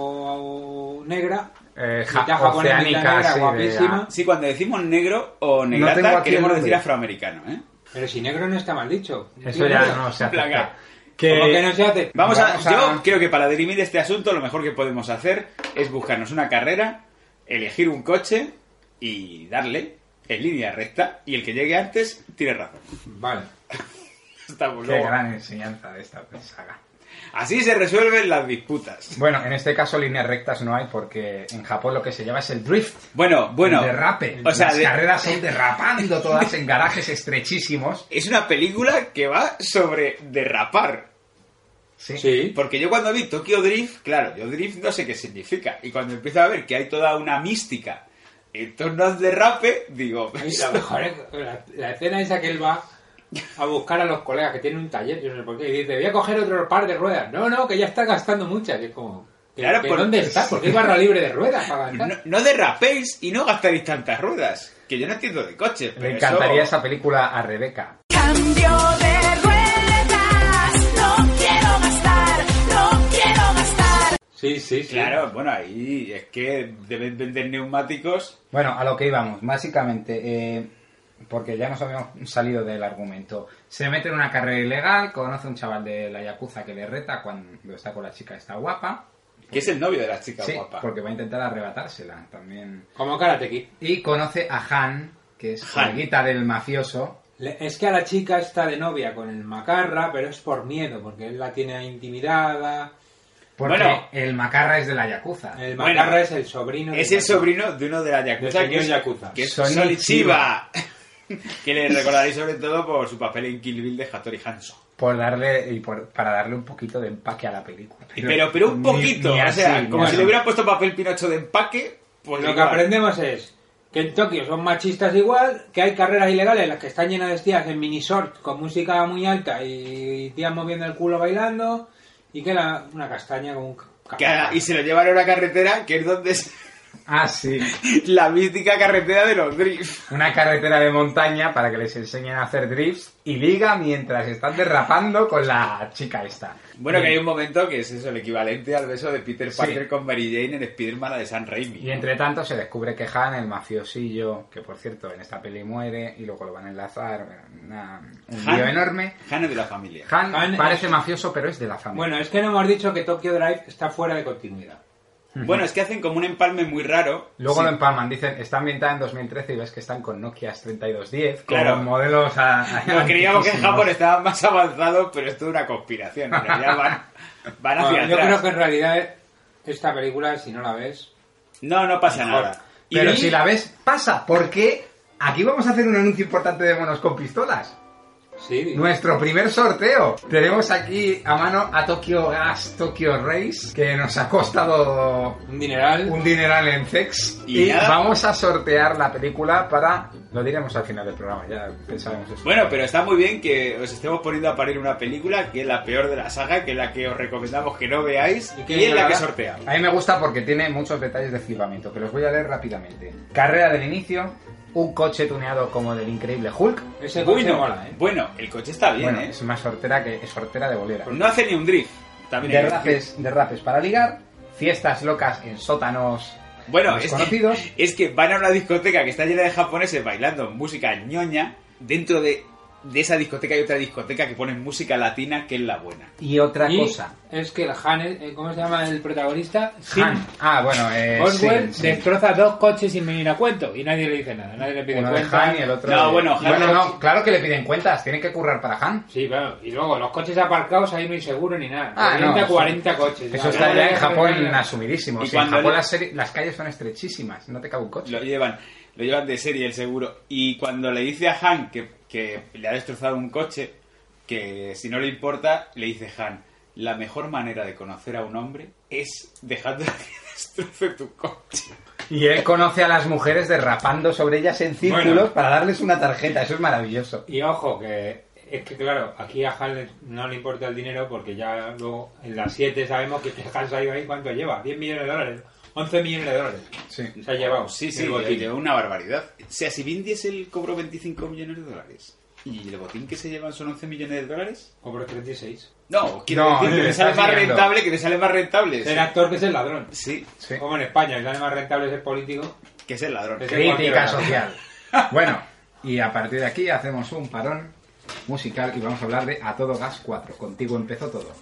japo negra.
Eh, ja-
mitad japonesa, mitad
oceánica,
negra,
sí, de-
guapísima.
Sí, cuando decimos negro o negrata,
tengo aquí
queremos
el
decir
nombre.
afroamericano, ¿eh?
Pero si negro no está mal dicho.
Eso ya no se
En plan,
acepta.
Que- ¿Cómo que no se hace?
Vamos,
Vamos
a,
a-
Yo creo que para dirimir este asunto lo mejor que podemos hacer es buscarnos una carrera, elegir un coche y darle en línea recta. Y el que llegue antes tiene razón.
Vale.
Estamos
Qué
luego.
gran enseñanza de esta saga.
Así se resuelven las disputas.
Bueno, en este caso líneas rectas no hay porque en Japón lo que se llama es el drift.
Bueno, bueno.
El derrape.
O sea,
Las
de-
carreras son derrapando todas en garajes estrechísimos.
Es una película que va sobre derrapar.
Sí.
Porque yo cuando vi Tokyo Drift, claro, yo Drift no sé qué significa. Y cuando empiezo a ver que hay toda una mística en torno al derrape, digo...
Ay, lo mejor es la, la escena esa que él va a buscar a los colegas que tienen un taller, yo no sé por qué, y dice, voy a coger otro par de ruedas. No, no, que ya está gastando muchas. Y es como, ¿que-
Claro,
que
por-
¿dónde está? ¿Por qué hay barra libre de ruedas para gastar?
No, no derrapéis y no gastáis tantas ruedas. Que yo no entiendo de coches.
Le
pero
encantaría
eso-
esa película a Rebeca.
Cambio de ruedas, no quiero gastar, no quiero gastar.
Sí, sí, sí.
Claro, bueno, ahí es que deben vender neumáticos.
Bueno, a lo que íbamos, básicamente, eh, porque ya nos habíamos salido del argumento. Se mete en una carrera ilegal, conoce a un chaval de la Yakuza que le reta cuando está con la chica está guapa.
Que es el novio de la chica
Sí,
guapa.
porque va a intentar arrebatársela también.
Como Karate Kid.
Y conoce a Han, que es
Han.
coleguita del mafioso.
Le- Es que a la chica está de novia con el macarra, pero es por miedo, porque él la tiene intimidada.
Porque
Bueno.
el macarra es de la Yakuza.
El
Bueno,
macarra es el sobrino.
Es el sobrino de uno de la Yakuza.
Del
que es,
señor Yakuza.
que es
Sonny
Sonny Chiba. que le recordaréis sobre todo por su papel en Kill Bill de Hattori Hanzo.
por darle y por, para darle un poquito de empaque a la película.
Pero, pero un
ni-
poquito.
ni
o sea,
así,
como
ni
si
así.
le hubieran puesto papel pinocho de empaque. Pues
Lo que
igual.
aprendemos es que en Tokio son machistas igual, que hay carreras ilegales en las que están llenas de tías en minisort con música muy alta y tías moviendo el culo bailando y que la, una castaña con un... ca-
Que a- y se lo llevaron a una carretera que es donde es
Ah, sí.
la mítica carretera de los drift.
Una carretera de montaña para que les enseñen a hacer drifts y liga mientras están derrapando con la chica esta.
Bueno,
Y-
que hay un momento que es eso, el equivalente al beso de Peter
Sí.
Parker con Mary Jane en Spider-Man la de San Raimi.
Y entre tanto se descubre que Han, el mafiosillo, que por cierto en esta peli muere y luego lo van a enlazar, bueno, una- un
Han-
lío enorme.
Han es de la familia.
Han,
Han
parece mafioso pero es de la familia.
Bueno, es que no hemos dicho que Tokyo Drive está fuera de continuidad.
Bueno, es que hacen como un empalme muy raro.
Luego
Sí.
lo empalman, dicen, está ambientada en 2013 y ves que están con Nokia 3210,
Claro.
con modelos a...
No, creíamos que en
antiquísimos.
Japón estaba más avanzado, pero esto es una conspiración. En realidad van, van hacia
Bueno, yo
atrás.
creo que en realidad esta película, si no la ves...
No, no pasa
Mejor.
nada. Y
Pero
de-
si la ves, pasa, porque aquí vamos a hacer un anuncio importante de monos con pistolas.
Sí,
Nuestro primer sorteo. Tenemos aquí a mano a Tokyo Gas Tokyo Race, que nos ha costado
un dineral.
un dineral en sex.
Y
Y,
nada.
vamos a sortear la película para... Lo diremos al final del programa, ya pensaremos eso.
Bueno, pero está muy bien que os estemos poniendo a parir una película que es la peor de la saga, que es la que os recomendamos que no veáis
¿Y
y,
qué
es la que
verdad?
sortea.
A mí me gusta porque tiene muchos detalles de flipamiento, que los voy a leer rápidamente. Carrera del inicio, un coche tuneado como del increíble Hulk.
Ese coche
Bueno,
mola, ¿eh?
bueno, el coche está bien,
bueno,
¿eh?
es más sortera que es sortera de bolera.
No hace ni un drift. También hay que decir.
derrapes, derrapes para ligar, fiestas locas en sótanos
Bueno, es que,
desconocidos.
es que van a una discoteca que está llena de japoneses bailando música ñoña dentro de de esa discoteca hay otra discoteca que ponen música latina que es la buena.
Y otra
Y
cosa.
Es que el Han, eh, ¿cómo se llama el protagonista?
Han.
Sin-
Ah, bueno, eh,
Oswald
sí, sí.
destroza dos coches sin venir a cuento y nadie le dice nada, nadie le pide
Uno de
cuenta.
Han y el otro de- Bueno, no, claro que le piden cuentas, tienen que currar para Han.
Sí, claro. Y luego, los coches aparcados ahí no hay seguro ni nada.
Ah,
40,
no,
40 coches.
Eso está ya en Japón
Y
asumidísimo. O sea, en
cuando
Japón
le-
las, seri- las calles son estrechísimas, no te cabe un coche.
Lo llevan, lo llevan de serie el seguro. Y cuando le dice a Han que, que le ha destrozado un coche, que si no le importa, le dice Han, la mejor manera de conocer a un hombre es dejando que destroce tu coche.
Y él conoce a las mujeres derrapando sobre ellas en círculos
Bueno.
para darles una tarjeta, eso es maravilloso.
Y ojo, que es que claro, aquí a Han no le importa el dinero porque ya luego en las 7 sabemos que Han se ha ido ahí cuánto lleva, 10 millones de dólares, 11 millones de dólares. Se ha llevado.
Sí, sí,
el
le
botín.
lleva una barbaridad. O sea, si Vin Diesel cobró 25 millones de dólares y el botín que se llevan son 11 millones de dólares...
Cobró 36.
No, quiero decir que
te
te sale
estás
más
liando.
rentable, que te sale más rentable.
Ser actor que ser ladrón.
Sí.
Como en España, que sale más rentable ser político.
Que ser ladrón.
que ser
Crítica
cualquier ladrón.
social. Bueno, y a partir de aquí hacemos un parón musical y vamos a hablar de A Todo Gas 4. Contigo empezó todo.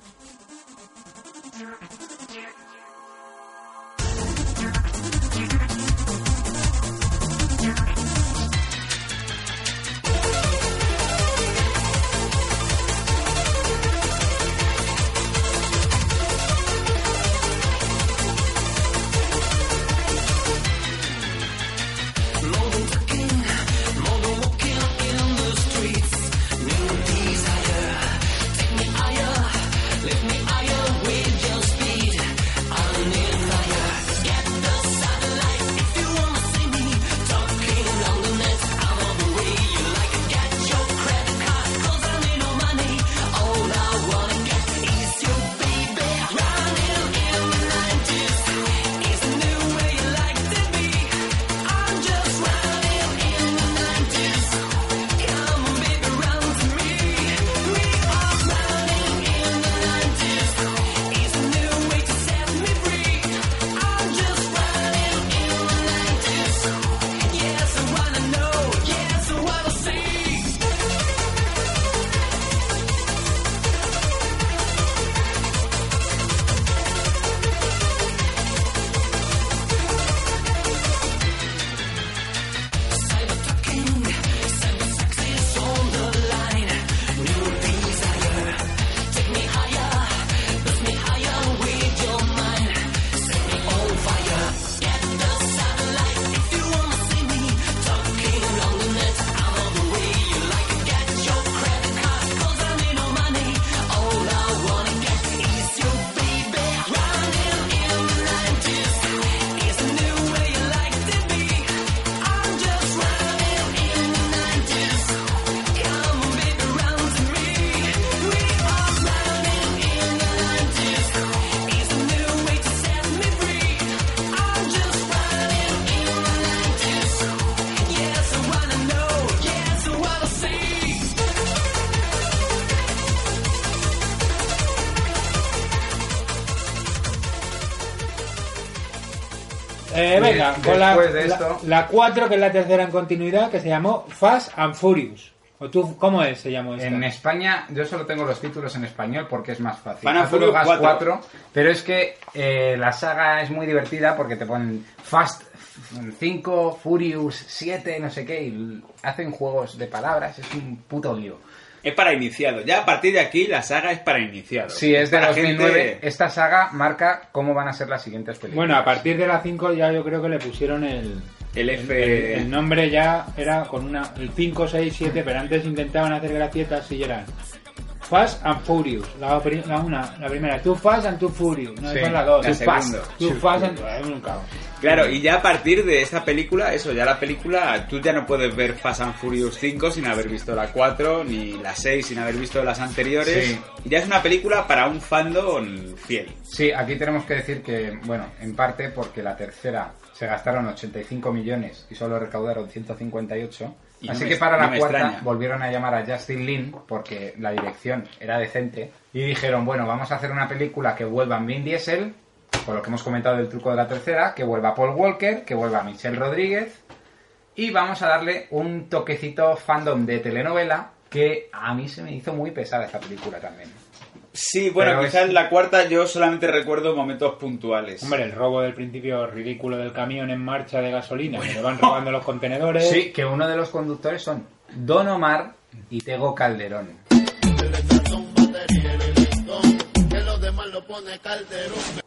Eh, venga,
Bien,
con la,
después de esto-
la, 4, que es la tercera en continuidad, que se llamó Fast and Furious. ¿O tú, cómo es? Se llamó esta?
En España, yo solo tengo los títulos en español porque es más fácil.
Van a
A todo
Furious
gas 4.
4.
pero es que eh, la saga es muy divertida porque te ponen Fast 5, Furious 7, no sé qué, y hacen juegos de palabras, es un puto lío.
Es para iniciados. Ya a partir de aquí la saga es para iniciados.
Sí, es de
Para
2009.
gente-
Esta saga marca cómo van a ser las siguientes películas.
Bueno, a partir de las 5 ya yo creo que le pusieron el,
El
el,
F...
el nombre ya era con una el 5, 6, 7, pero antes intentaban hacer gracietas y eran Fast and Furious. La, pri- la una, la primera, Too Fast and Too Furious. No,
Sí,
esa es la dos.
la
Too Fast,
segunda.
Too
Sí.
Fast and es un caos.
Claro, y ya a partir de esta película, eso, ya la película, tú ya no puedes ver Fast and Furious 5 sin haber visto la 4, ni la 6 sin haber visto las anteriores.
Sí.
Ya es una película para un fandom fiel.
Sí, aquí tenemos que decir que, bueno, en parte porque la tercera se gastaron 85 millones y solo recaudaron 158.
Y no
así
me-
que para
no
la
me
cuarta
extraña.
volvieron a llamar a Justin Lin porque la dirección era decente y dijeron, bueno, vamos a hacer una película que vuelva Vin Diesel, con lo que hemos comentado del truco de la tercera, que vuelva Paul Walker, que vuelva Michelle Rodríguez y vamos a darle un toquecito fandom de telenovela que a mí se me hizo muy pesada esta película también.
Sí, bueno,
Pero
quizás en la cuarta yo solamente recuerdo momentos puntuales.
Hombre, el robo del principio ridículo del camión en marcha de gasolina, que le van robando los contenedores.
Eh,
Sí, que uno de los conductores son Don Omar y Tego Calderón.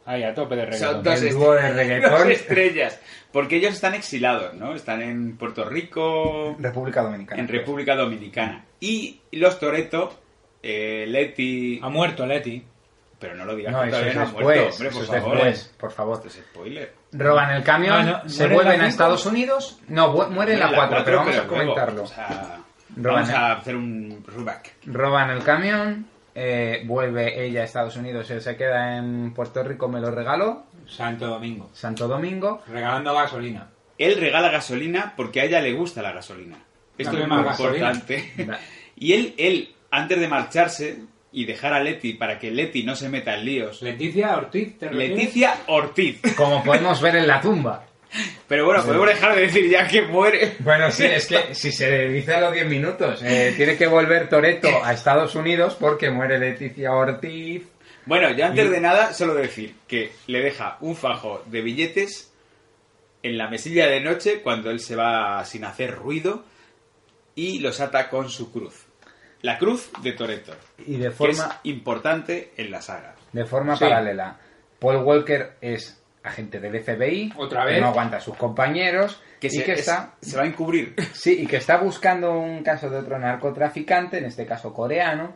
Ahí, a tope de reggaetón.
Son dos,
El dúo de
estrellas,
reggaetón.
dos estrellas. Porque ellos están exilados, ¿no? Están en Puerto Rico.
República Dominicana.
En República Dominicana. Y los Toreto, eh, Leti.
Ha muerto Leti.
Pero no lo digas
Ah. No,
que
eso
todavía
es
no ha
después,
muerto, hombre,
eso
por
es
favor.
después, por favor.
Esto es spoiler.
Roban el camión,
No, no,
se
¿muere
vuelven
la
a
cinco?
Estados Unidos. No, bu- muere en la 4, pero vamos a
luego,
comentarlo.
o sea,
Roban
vamos
el-
a hacer un ruback.
Roban el camión, eh, vuelve ella a Estados Unidos, él se queda en Puerto Rico, me lo regaló.
Santo Domingo.
Santo Domingo.
Regalando gasolina.
Él regala gasolina porque a ella le gusta la gasolina. Esto
Dame
es muy
más gasolina.
importante. Y él, él, antes de marcharse y dejar a Leti para que Leti no se meta en líos.
Leticia Ortiz, ¿te refieres?
Leticia Ortiz.
Como podemos ver en la tumba.
Pero bueno, podemos dejar de decir ya que muere.
Bueno, sí, es que si se dice a los 10 minutos, eh, tiene que volver Toreto a Estados Unidos porque muere Leticia Ortiz.
Bueno, yo antes
Y-
de nada, solo decir que le deja un fajo de billetes en la mesilla de noche cuando él se va sin hacer ruido y los ata con su cruz. La cruz de Toreto.
Y de
que
forma-
es importante en la saga.
De forma
Sí.
paralela, Paul Walker es agente del FBI,
Otra
que
vez.
no aguanta a sus compañeros
Que
y
se-
que
es-
está
se va a encubrir.
Sí, y que está buscando un caso de otro narcotraficante, en este caso coreano,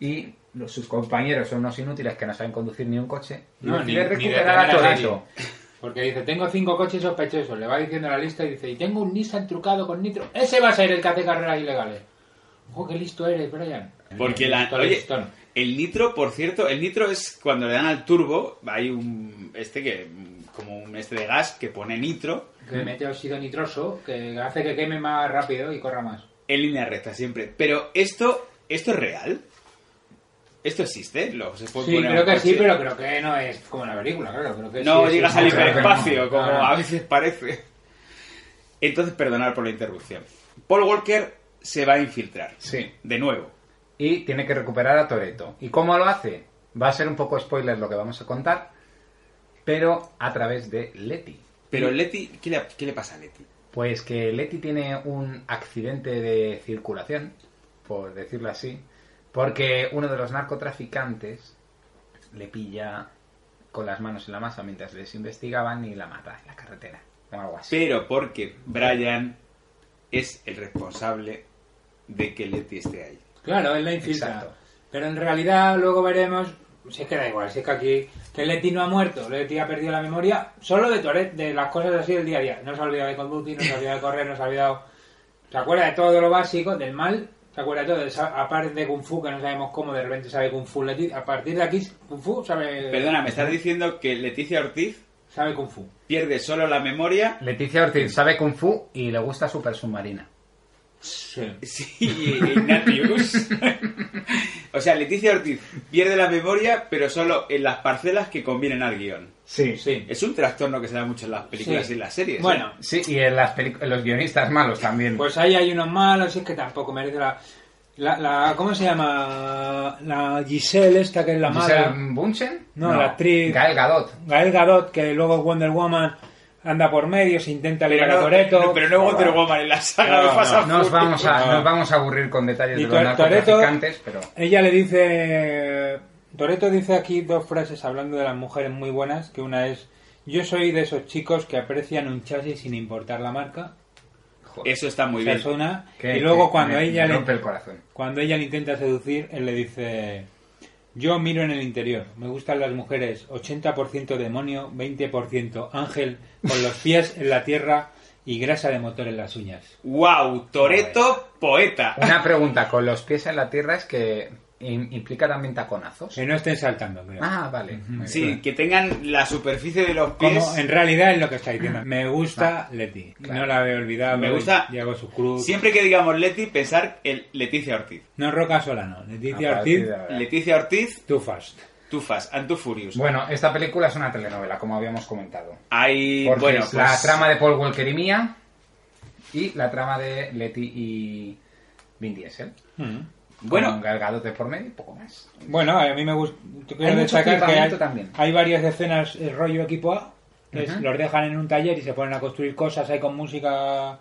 y los- sus compañeros son unos inútiles que no saben conducir ni un coche. Y
No,
decide
ni- ni de
recuperar a
primera
Toretto.
serie. Porque dice, tengo cinco coches sospechosos. Le va diciendo la lista y dice, y tengo un Nissan trucado con nitro. Ese va a ser el que hace carreras ilegales. Ojo, qué listo eres, Brian. Eh,
Porque la,
Listo,
oye,
listón.
el nitro, por cierto, el nitro es cuando le dan al turbo, hay un este que como un este de gas que pone nitro
Que mete óxido nitroso, que hace que queme más rápido y corra más.
en línea recta siempre. Pero esto esto es real. Esto existe. Lo, se puede
Sí,
poner a un
creo que sí,
Pues coche.
pero creo que no es como la película, claro. Creo que
no
sí,
llega
sí,
al
sí, Ah. claro que no.
hiperespacio como
Claro.
a veces parece. Entonces, perdonar por la interrupción. Paul Walker se va a infiltrar.
Sí.
De nuevo.
Y tiene que recuperar a Toreto. ¿Y cómo lo hace? Va a ser un poco spoiler lo que vamos a contar, pero a través de Leti.
Pero Leti, ¿qué le, qué le pasa a Leti?
Pues que Leti tiene un accidente de circulación, por decirlo así, porque uno de los narcotraficantes le pilla con las manos en la masa mientras les investigaban y la mata en la carretera o algo así.
Pero porque Brian es el responsable de que Leti esté ahí.
Claro, es la infiltra.
Exacto.
Pero en realidad luego veremos, si es que da igual, si es que aquí que Leti no ha muerto, Leti ha perdido la memoria, solo de Toret, de las cosas así del día a día. No se ha olvidado de conducir, no se ha olvidado de correr, no se ha olvidado... Se acuerda de todo lo básico, del mal, se acuerda de todo, de sa- aparte de Kung Fu, que no sabemos cómo, de repente sabe Kung Fu Leti, a partir de aquí Kung Fu sabe...
Perdona, me estás diciendo que Leticia Ortiz
Sabe Kung Fu.
pierde solo la memoria
Leticia Ortiz sabe Kung Fu y le gusta Super Submarina.
Sí.
y Ignatius. o sea, Leticia Ortiz pierde la memoria, pero solo en las parcelas que convienen al guión.
Sí,
sí.
Es un trastorno que se da mucho en las películas
Sí.
y en las series. ¿eh?
Bueno,
Sí, y en, las pelic- en los guionistas malos también.
Pues ahí hay unos malos, y es que tampoco merece la... la, la- ¿Cómo se llama? La Giselle esta que es la
Giselle
mala.
Bunchen?
No, la actriz-
Gael Gadot.
Gael Gadot, que luego Wonder Woman anda por medio, se intenta
pero
liberar a
no,
Toreto.
pero no Wonder Woman en la saga
No,
de Fast
no,
and
Nos
Furious.
vamos, a, nos vamos a aburrir con detalles
Y
de los
Tor- Toretto-
narcotraficantes, pero...
Ella le dice... Toreto dice aquí dos frases hablando de las mujeres muy buenas, que una es... Yo soy de esos chicos que aprecian un chasis sin importar la marca.
Eso está muy
Esa
bien.
es una.
Que-
y luego
que
cuando
me-
ella
me
le...
rompe el corazón.
Cuando ella le intenta seducir, él le dice... Yo miro en el interior. Me gustan las mujeres 80% demonio, 20% ángel, con los pies en la tierra y grasa de motor en las uñas.
¡Wow! Toreto, poeta.
Una pregunta, con los pies en la tierra es que im- implica también taconazos.
Que no estén saltando, creo.
Ah, vale. Muy bien.
Sí, que tengan la superficie de los pies.
Como en realidad es lo que está diciendo. Me
Ah.
gusta Leti. No la había olvidado.
Me gusta-
Diego Cruz.
Siempre que digamos Leti, pensar en Leticia Ortiz.
No Roca Solano. Leticia
A partir
Ortiz.
de ahora.
Leticia Ortiz,
Too Fast.
Too Fast and Too Furious.
Bueno, esta película es una telenovela, como habíamos comentado.
Hay,
Porque
bueno,
es la
pues,
trama de Paul Walker y Mía y la trama de Letty y, Vin Diesel.
Mm.
Bueno. Con Gal Gadot de por medio y poco más.
Bueno, a mí me gusta. Quiero
mucho
destacar que hay,
equipamiento también.
hay varias escenas el rollo equipo A. que es-
Ujú.
Los dejan en un taller y se ponen a construir cosas ahí con música.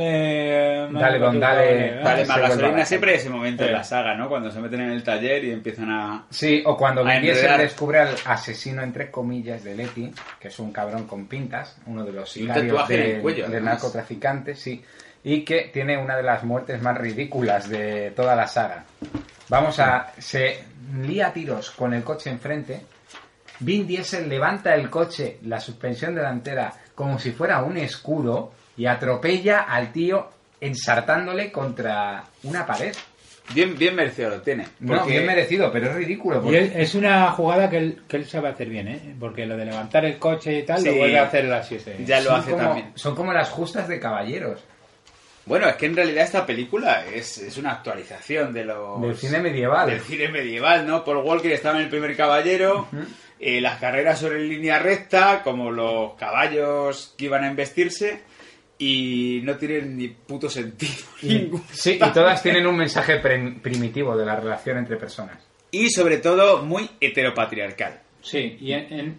Vale,
Dale,
con
Bon, dale,
Vale, más gasolina.
gasolina.
Siempre ese momento de
Eh.
la saga, ¿no? Cuando se meten en el taller y empiezan a.
Sí, o cuando
a
Vin Diesel
enredar.
descubre al asesino, entre comillas, de Letty, que es un cabrón con pintas, uno de los
Y un
sicarios
tatuaje en el
del-
cuello,
del
además.
narcotraficante, sí, y que tiene una de las muertes más ridículas de toda la saga. Vamos a... Se lía a tiros con el coche enfrente, Vin Diesel levanta el coche, la suspensión delantera, como si fuera un escudo, y atropella al tío ensartándole contra una pared.
Bien, bien merecido lo tiene.
No, bien merecido, pero es ridículo.
Y
porque-
es es una jugada que él, que él sabe hacer bien, ¿eh? Porque lo de levantar el coche y tal,
Sí.
lo vuelve a hacer así. ese-
Son como- Son como las justas de caballeros.
Bueno, es que en realidad esta película es, es una actualización de los...
Del cine medieval.
Pues, Del cine medieval, ¿no? Paul Walker estaba en el primer caballero, eh, las carreras sobre línea recta, como los caballos que iban a embestirse, y no tienen ni puto sentido.
Y, sí, y todas tienen un mensaje pre- primitivo de la relación entre personas.
Y sobre todo, muy heteropatriarcal.
Sí, y en, en-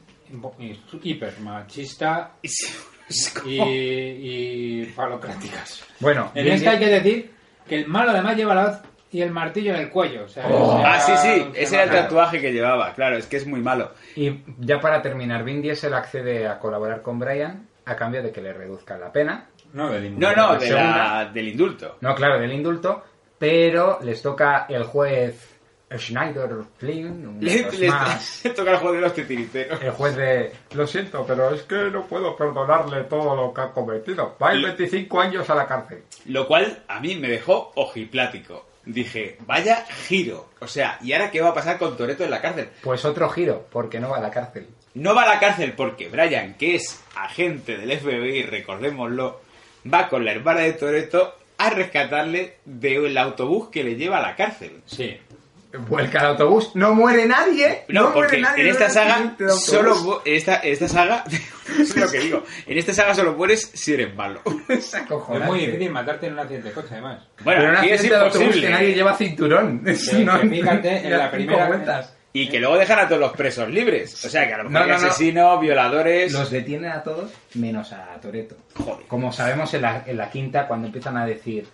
y es hiper machista
Ah,
y, y falocráticas.
Bueno,
en
bien,
esta hay que
bien.
decir que el malo además lleva la hoz y el martillo en el cuello. o sea,
Oh.
o sea,
ah, sí, sí,
se
ese era el
mata.
tatuaje que llevaba, claro, es que es muy malo.
Y ya para terminar, Vin Diesel accede a colaborar con Brian a cambio de que le reduzcan la pena.
No,
No, no, de la-
Segunda.
del indulto.
No, claro, del indulto, pero les toca el juez Schneider Flynn, un
Le,
juez
le-
más,
le toca el juego de los titiriteros.
el juez de... Lo siento, pero es que no puedo perdonarle todo lo que ha cometido. Va a ir 25 años a la cárcel.
Lo cual a mí me dejó ojiplático. Dije, vaya giro. O sea, ¿y ahora qué va a pasar con Toreto en la cárcel?
Pues otro giro, porque no va a la cárcel.
No va a la cárcel porque Brian, que es agente del FBI, recordémoslo, va con la hermana de Toreto a rescatarle del autobús que le lleva a la cárcel.
Sí.
Vuelca el autobús, no muere nadie.
No,
No,
porque
muere nadie.
en esta
no
saga
existe autobús.
solo mu- esta, esta saga es lo que digo. En esta saga solo mueres si eres malo.
Es muy difícil matarte en un accidente de coche, además.
Bueno,
Pero un
aquí es
accidente de autobús
imposible.
que nadie lleva cinturón.
Que- que fíjate, en la primera-
Y que luego dejan a todos los presos libres. O sea, que a lo mejor
No, no,
hay
no.
asesinos, violadores.
Los detienen a todos menos a Toreto. Como sabemos en la, en la quinta, cuando empiezan a decir: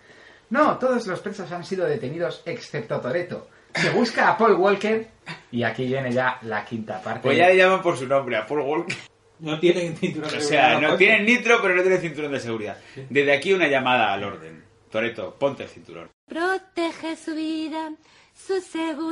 No, todos los presos han sido detenidos excepto Toreto. Se busca a Paul Walker. Y aquí viene ya la quinta parte.
Pues ya le llaman por su nombre, a Paul Walker.
No tienen cinturón
O sea,
pues
no tienen nitro, pero no tienen cinturón de seguridad. Desde aquí una llamada al orden. Toreto, ponte el cinturón.
Protege su vida, su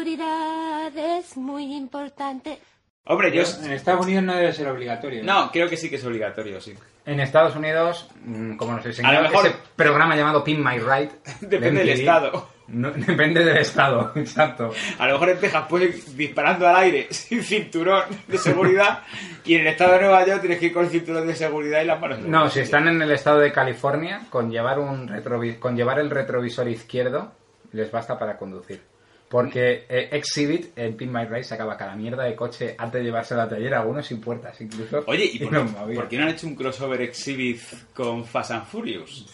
seguridad es muy importante.
Hombre, yo...
En Estados Unidos no debe ser obligatorio.
No, creo que sí que es obligatorio, sí.
En Estados Unidos, mm, como nos enseñó
A lo mejor-
ese programa llamado Pin My Ride,
Depende del
MTV,
estado.
no- depende del estado, exacto.
A lo mejor en Texas puedes ir disparando al aire sin cinturón de seguridad y en el estado de Nueva York tienes que ir con el cinturón de seguridad y las manos. en la
No, si
bolsillo.
están en el estado de California, con llevar, un retrovi- con llevar el retrovisor izquierdo les basta para conducir. Porque eh, Exhibit en Pin My Ride sacaba cada mierda de coche antes de llevarse a la taller, algunos sin puertas incluso.
Oye, ¿y por,
no movía.
por qué no han hecho un crossover exhibit con Fast and Furious?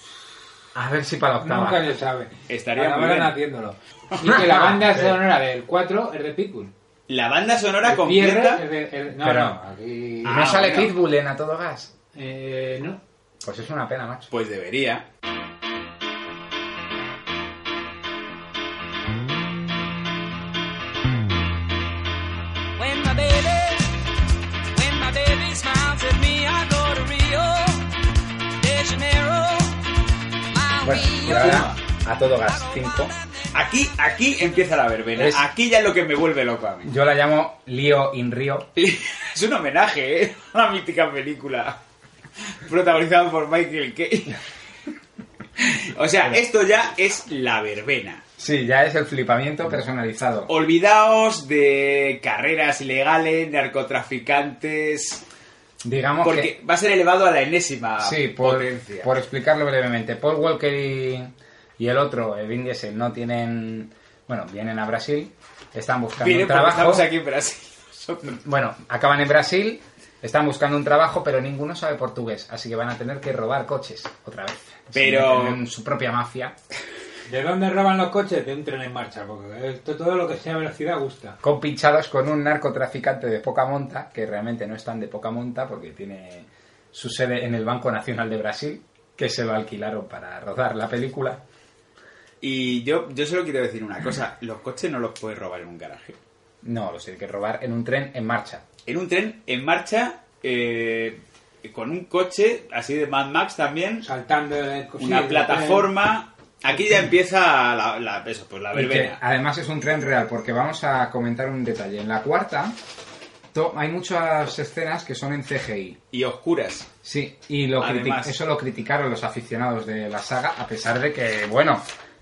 A ver si para la octava.
Nunca se sabe.
Estaría muy
Acabarán
bien.
haciéndolo. Y que la banda sonora del 4 es de Pitbull.
La banda sonora
El
completa...
cierre es de- el- no,
Pero-
no, aquí...
¿Y
Ah,
no sale
bueno.
Pitbull en A Todo Gas?
Eh, no.
Pues es una pena, macho.
Pues debería.
When my baby, when my baby smiles at me, I go to Rio de Janeiro. My
Bueno, y
Rio.
ahora A Todo Gas 5.
Aquí, aquí empieza la verbena.
Es-
Aquí ya es lo que me vuelve loco a mí.
Yo la llamo Lío in Río.
Es un homenaje, ¿eh? A la mítica película. Protagonizada por Michael Caine. O sea, esto ya es la verbena.
Sí, ya es el flipamiento personalizado.
Olvidaos de carreras ilegales, narcotraficantes.
Digamos
porque
que...
va a ser elevado a la enésima
Sí, por,
potencia.
por explicarlo brevemente, Paul Walker y, y el otro, eh, Vin Diesel, no tienen... Bueno, vienen a Brasil, están buscando
Viene
un
porque
trabajo.
estamos aquí en Brasil. nosotros.
Bueno, acaban en Brasil, están buscando un trabajo, pero ninguno sabe portugués, así que van a tener que robar coches otra vez. Se
Pero-
meten en su propia mafia.
¿De dónde roban los coches? De un tren en marcha, porque esto todo lo que sea velocidad gusta.
compinchados con un narcotraficante de poca monta, que realmente no es tan de poca monta porque tiene su sede en el Banco Nacional de Brasil, que se lo alquilaron para rodar la película.
Y yo, yo solo quiero decir una cosa, los coches no los puedes robar en un garaje.
No, los hay que robar en un tren en marcha.
En un tren en marcha, eh, con un coche, así de Mad Max también.
Saltando eh,
Una
sí,
plataforma. Aquí ya empieza la, la, eso, pues la
Y que,
verbena.
además es un tren real, porque vamos a comentar un detalle. En la cuarta to- hay muchas escenas que son en CGI.
Y oscuras.
Sí, y lo criti-
Además.
eso lo criticaron los aficionados de la saga, a pesar de que, bueno,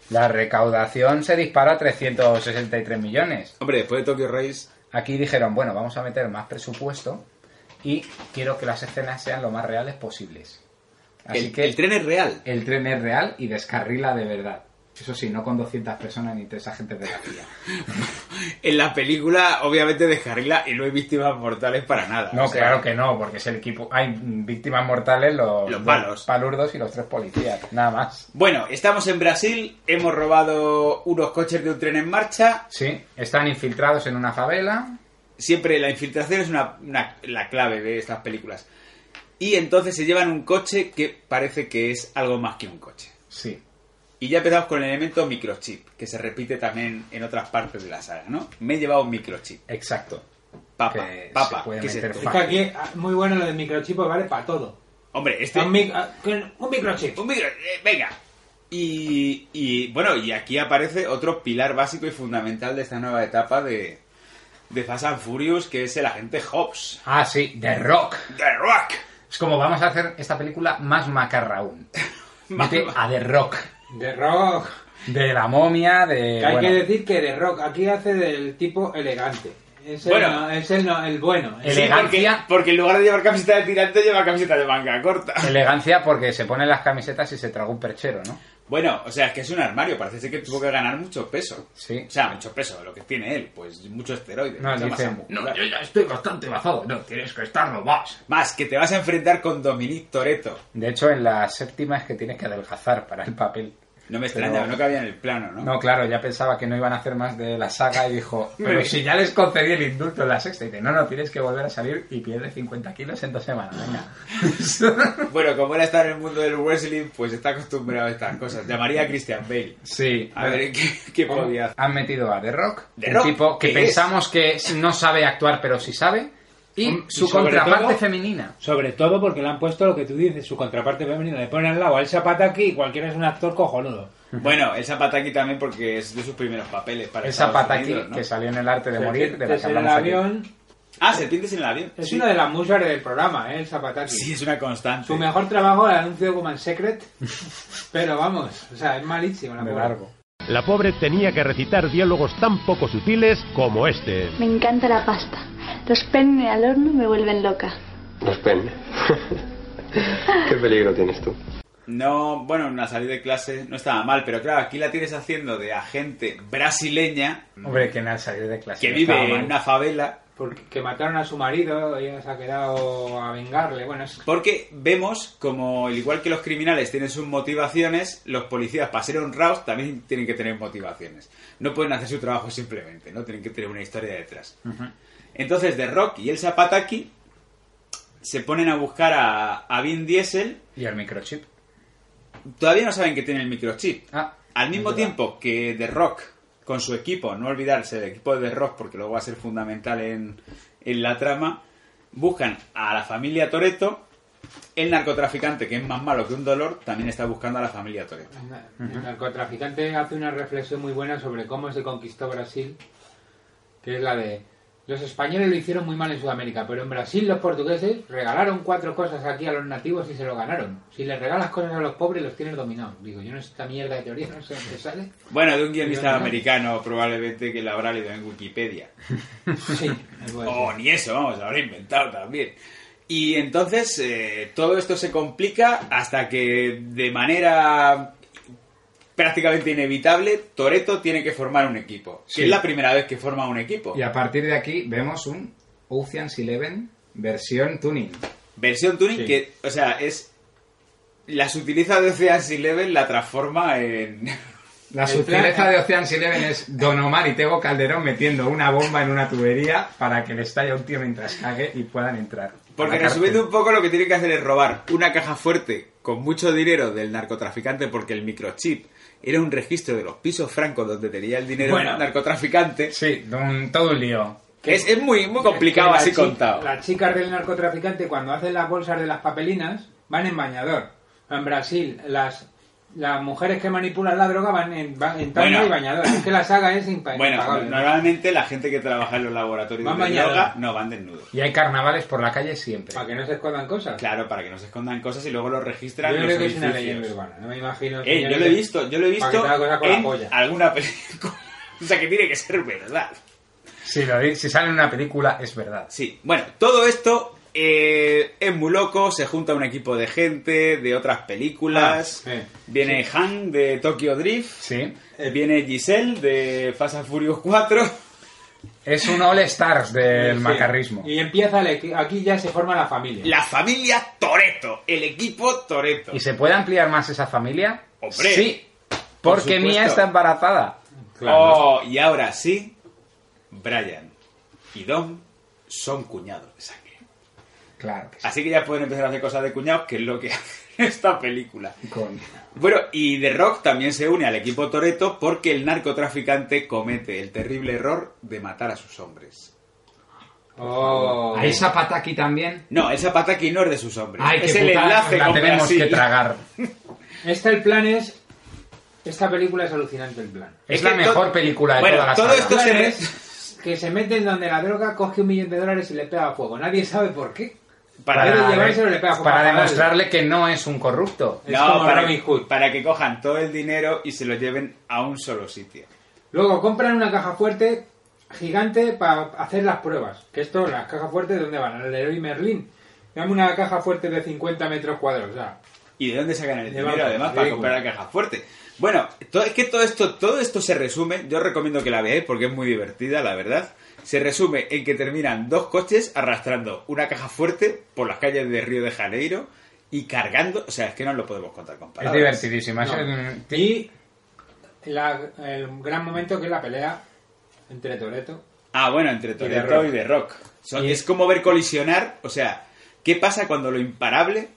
la recaudación se dispara a 363 millones.
Hombre, después de Tokyo Race...
Aquí dijeron, bueno, vamos a meter más presupuesto y quiero que las escenas sean lo más reales posibles.
El- el tren es real.
El tren es real y descarrila de verdad. Eso sí, no con 200 personas ni tres agentes de la CIA.
En la película, obviamente, descarrila y no hay víctimas mortales para nada.
No,
O sea,
claro que no, porque es el equipo. Hay mm, víctimas mortales, los,
Los
dos
palos.
palurdos y los tres policías, nada más.
Bueno, estamos en Brasil, hemos robado unos coches de un tren en marcha.
Sí, están infiltrados en una favela.
Siempre la infiltración es una, una- la clave de estas películas. Y entonces se llevan un coche que parece que es algo más que un coche.
Sí.
Y ya empezamos con el elemento microchip, que se repite también en otras partes de la saga, ¿no? Me he llevado un microchip.
Exacto.
Papa,
Que se
papa,
puede
¿qué es
meter
esto?
Es que aquí, ah, muy bueno lo de microchip, pues vale para todo.
Hombre, este...
Un, mic- ah, que- un microchip.
Un micro- eh, venga. Y, y, bueno, y aquí aparece otro pilar básico y fundamental de esta nueva etapa de, de Fast and Furious, que es el agente Hobbs.
Ah, sí, The Rock.
The Rock.
Es como vamos a hacer esta película más macarra aún. Mete a The Rock.
De rock.
De la momia, de.
Que hay
bueno,
que decir que de rock aquí hace del tipo elegante. Es el,
Bueno.
no- es el, no- el bueno.
Sí, porque, porque en lugar de llevar camiseta de tirante, lleva camiseta de manga corta.
Elegancia porque se ponen las camisetas y se traga un perchero, ¿no?
Bueno, o sea, es que es un armario, parece ser que tuvo que ganar mucho peso.
Sí.
O sea, mucho peso, lo que tiene él, pues mucho esteroide.
No,
mucha
dice,
masa muscular.
"No, yo ya estoy bastante bajado. No, tienes que estarlo más.
Más, que te vas a enfrentar con Dominic Toreto.
De hecho, en la séptima es que tienes que adelgazar para el papel.
No me
Pero-
extraña, no cabía en el plano, ¿no?
No, claro, ya pensaba que no iban a hacer más de la saga y dijo, pero
Me-
si ya les concedí el indulto en la sexta, y dice, no, no, tienes que volver a salir y pierde 50 kilos en dos semanas, venga.
Bueno, como él está en el mundo del wrestling, pues está acostumbrado a estas cosas. Llamaría a Christian Bale.
Sí.
A ver, ¿qué,
Oh.
qué podía hacer?
Han metido a The Rock,
The
un
Rock,
tipo que
¿qué
pensamos que no sabe actuar, pero sí sabe, y
Hom-
su
y sobre
contraparte
todo-
femenina.
Sobre todo porque le han puesto lo que tú dices, su contraparte femenina. Le ponen al lado al Zapataki y cualquiera es un actor cojonudo.
Bueno, el Zapataki también porque es de sus primeros papeles para
El
Estados
Zapataki,
Unidos, ¿no?
que salió en el arte de morir, de la que
Desde el
hablamos aquí.
avión.
Ah, Serpientes en el avión.
Es
Sí.
una de las musas del programa, ¿eh? el Zapataki.
Sí, es una constante.
Su mejor trabajo el anuncio como en Secret. pero vamos, o sea, es malísimo la
De
pobre.
largo.
La pobre tenía que recitar diálogos tan poco sutiles como este.
Me encanta la pasta. Los penes al horno me vuelven loca.
Los pen. ¿Qué peligro tienes tú?
No, bueno, una salida de clase no estaba mal, pero claro, aquí la tienes haciendo de agente brasileña
Hombre, que al salir de clase.
que
no
vive
estaba
en
mal.
una favela.
Porque que mataron a su marido, ella se ha quedado a vengarle. Bueno, es
Porque vemos como, al igual que los criminales tienen sus motivaciones, los policías, para ser honrados, también tienen que tener motivaciones. No pueden hacer su trabajo simplemente, ¿no? Tienen que tener una historia detrás. Entonces, The Rock y el Zapataki se ponen a buscar a, a Vin Diesel.
Y al microchip.
Todavía no saben que tiene el microchip.
Ah,
Al mismo
es verdad.
tiempo que The Rock, con su equipo, no olvidarse del equipo de The Rock, porque luego va a ser fundamental en, en la trama, buscan a la familia Toreto. El narcotraficante, que es más malo que un dolor, también está buscando a la familia Toreto.
El narcotraficante hace una reflexión muy buena sobre cómo se conquistó Brasil, que es la de los españoles lo hicieron muy mal en Sudamérica, pero en Brasil los portugueses regalaron cuatro cosas aquí a los nativos y se lo ganaron. Si les regalas cosas a los pobres los tienes dominados. Digo, yo no esta mierda de teoría, no sé dónde sale.
Bueno, de un guionista
Pero-
americano probablemente que la habrá leído en Wikipedia.
Sí, me puede
O Oh, ni eso, vamos, lo habrá inventado también. Y entonces eh, todo esto se complica hasta que de manera prácticamente inevitable Toreto tiene que formar un equipo.
Sí.
Que es la primera vez que forma un equipo.
Y a partir de aquí vemos un Ocean's Eleven versión tuning.
Versión Tuning
Sí.
que, o sea, es... Las utiliza de Ocean's Eleven, la transforma en...
La
El
sutileza
plan-
de Ocean Eleven es Don Omar y Tego Calderón metiendo una bomba en una tubería para que le estalle a un tío mientras cague y puedan entrar.
Porque
A la cárcel.
resumiendo un poco, lo que tienen que hacer es robar una caja fuerte con mucho dinero del narcotraficante porque el microchip era un registro de los pisos francos donde tenía el dinero
Bueno.
del narcotraficante.
Sí, todo un lío.
Es, es muy, muy complicado
Que la
así
chi-
contado.
Las chicas del narcotraficante cuando hacen las bolsas de las papelinas van en bañador. En Brasil las las mujeres que manipulan la droga van en, van en tanga
Bueno.
y bañador. Es que la saga es impa-
Bueno,
impagable.
normalmente la gente que trabaja en los laboratorios
Van
de
bañados.
droga no van desnudos.
Y hay carnavales por la calle siempre.
Para que no se escondan cosas.
Claro, para que no se escondan cosas y luego lo registran
Yo
los
creo que es una
edificios.
leyenda urbana. No me imagino.
Eh, yo
señores,
lo he visto, yo lo he
para que
visto
te haga cosa con la
en
polla.
alguna película. o sea que tiene que ser verdad.
Si, lo di- si sale en una película, es verdad.
Sí, bueno, todo esto eh, es muy loco, se junta un equipo de gente, de otras películas.
Ah, eh,
viene
sí. Eh.
Han de Tokyo Drift.
Sí.
Viene Giselle de Fast and Furious 4.
Es un All Stars del
Sí.
macarrismo.
Y empieza el equi- aquí ya se forma la familia.
La familia Toreto, el equipo Toreto.
¿Y se puede ampliar más esa familia?
Hombre,
Sí,
por
porque
supuesto.
Mía está embarazada.
Oh, y ahora sí, Brian y Dom son cuñados de sangre.
Claro.
Así que ya pueden empezar a hacer cosas de cuñados, que es lo que hace esta película.
Con...
Bueno, y The Rock también se une al equipo Toreto porque el narcotraficante comete el terrible error de matar a sus hombres.
Oh.
¿Hay Zapataki también?
No, el Zapataki no es de sus hombres.
Ay, qué
es el
putada,
enlace
la
con
tenemos
Brasil.
que tragar.
Esta Este, el plan es. Esta película es alucinante el plan.
Es, la mejor película de
Bueno,
toda la
todo
saga.
esto se re-
es que se meten donde la droga coge un millón de dólares y le pega a fuego. Nadie sabe por qué.
Para,
Debe llevárselo, le pega fuego
para
a la
demostrarle que no es un corrupto.
No, para que, para que cojan todo el dinero y se lo lleven a un solo sitio.
Luego compran una caja fuerte gigante para hacer las pruebas. Que esto, las cajas fuertes, ¿dónde van? Al Leroy Merlin. Dame una caja fuerte de 50 metros cuadrados. ya.
¿Y de dónde sacan el
De
dinero
banco,
además para
ridículo.
comprar la caja fuerte? Bueno, todo, es que todo esto, todo esto se resume, yo recomiendo que la veáis porque es muy divertida, la verdad. Se resume en que terminan dos coches arrastrando una caja fuerte por las calles de Río de Janeiro y cargando, o sea, es que no lo podemos contar con
Es
palabras.
divertidísima. es
No.
el-
Y la- el gran momento que es la pelea entre Toreto.
Ah, bueno, entre
The
Toretto
Rock.
y The Rock. Son- Es como ver colisionar, o sea, ¿qué pasa cuando lo imparable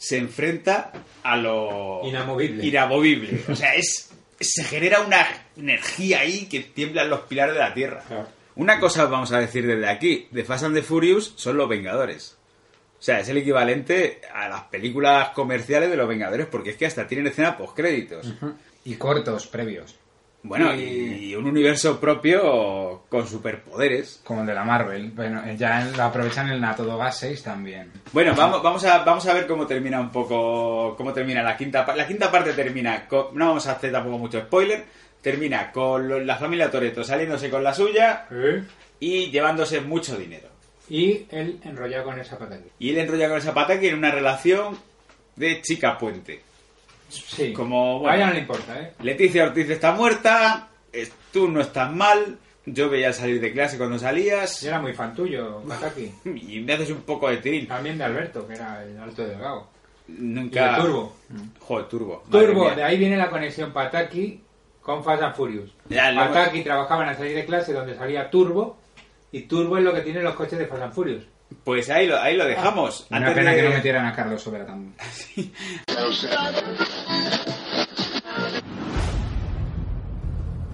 se enfrenta a lo
Inamovible.
inamovible? O sea, es se genera una energía ahí que tiemblan los pilares de la Tierra. Una cosa vamos a decir desde aquí, The Fast and the Furious son los Vengadores. O sea, es el equivalente a las películas comerciales de los Vengadores porque es que hasta tienen escena postcréditos.
y cortos previos.
Bueno, y... un universo propio con superpoderes.
Como el de la Marvel. Bueno, eh, ya en- la aprovechan en la Todoga 6 también.
Bueno, vamos, vamos, a, vamos a ver cómo termina un poco. Cómo termina la quinta parte. La quinta parte termina con. No vamos a hacer tampoco mucho spoiler. Termina con lo- la familia Toreto saliéndose con la suya y llevándose mucho dinero.
¿eh? Y él enrollado con esa patente.
Y él enrolla con el zapata que en una relación de chica puente.
Sí.
Como.
a
Bueno,
ella no le importa, ¿eh?
Leticia Ortiz está muerta. es- Tú no estás mal. Yo veía salir de clase cuando salías.
Yo era muy fan tuyo, Pataki.
Y me haces un poco de tiril.
También de Alberto, que era el alto delgado.
Nunca.
Ah, Y de Turbo.
Joder, Turbo. madre
Turbo,
mía.
de ahí viene la conexión Pataki con Fast and Furious.
Ya, luego-
Pataki trabajaban a salir de clase donde salía Turbo, y Turbo es lo que tienen los coches de Fast and Furious.
Pues ahí lo, ahí lo dejamos.
Ah,
Una
Antes
pena
de-
que no metieran a Carlos Sobera también.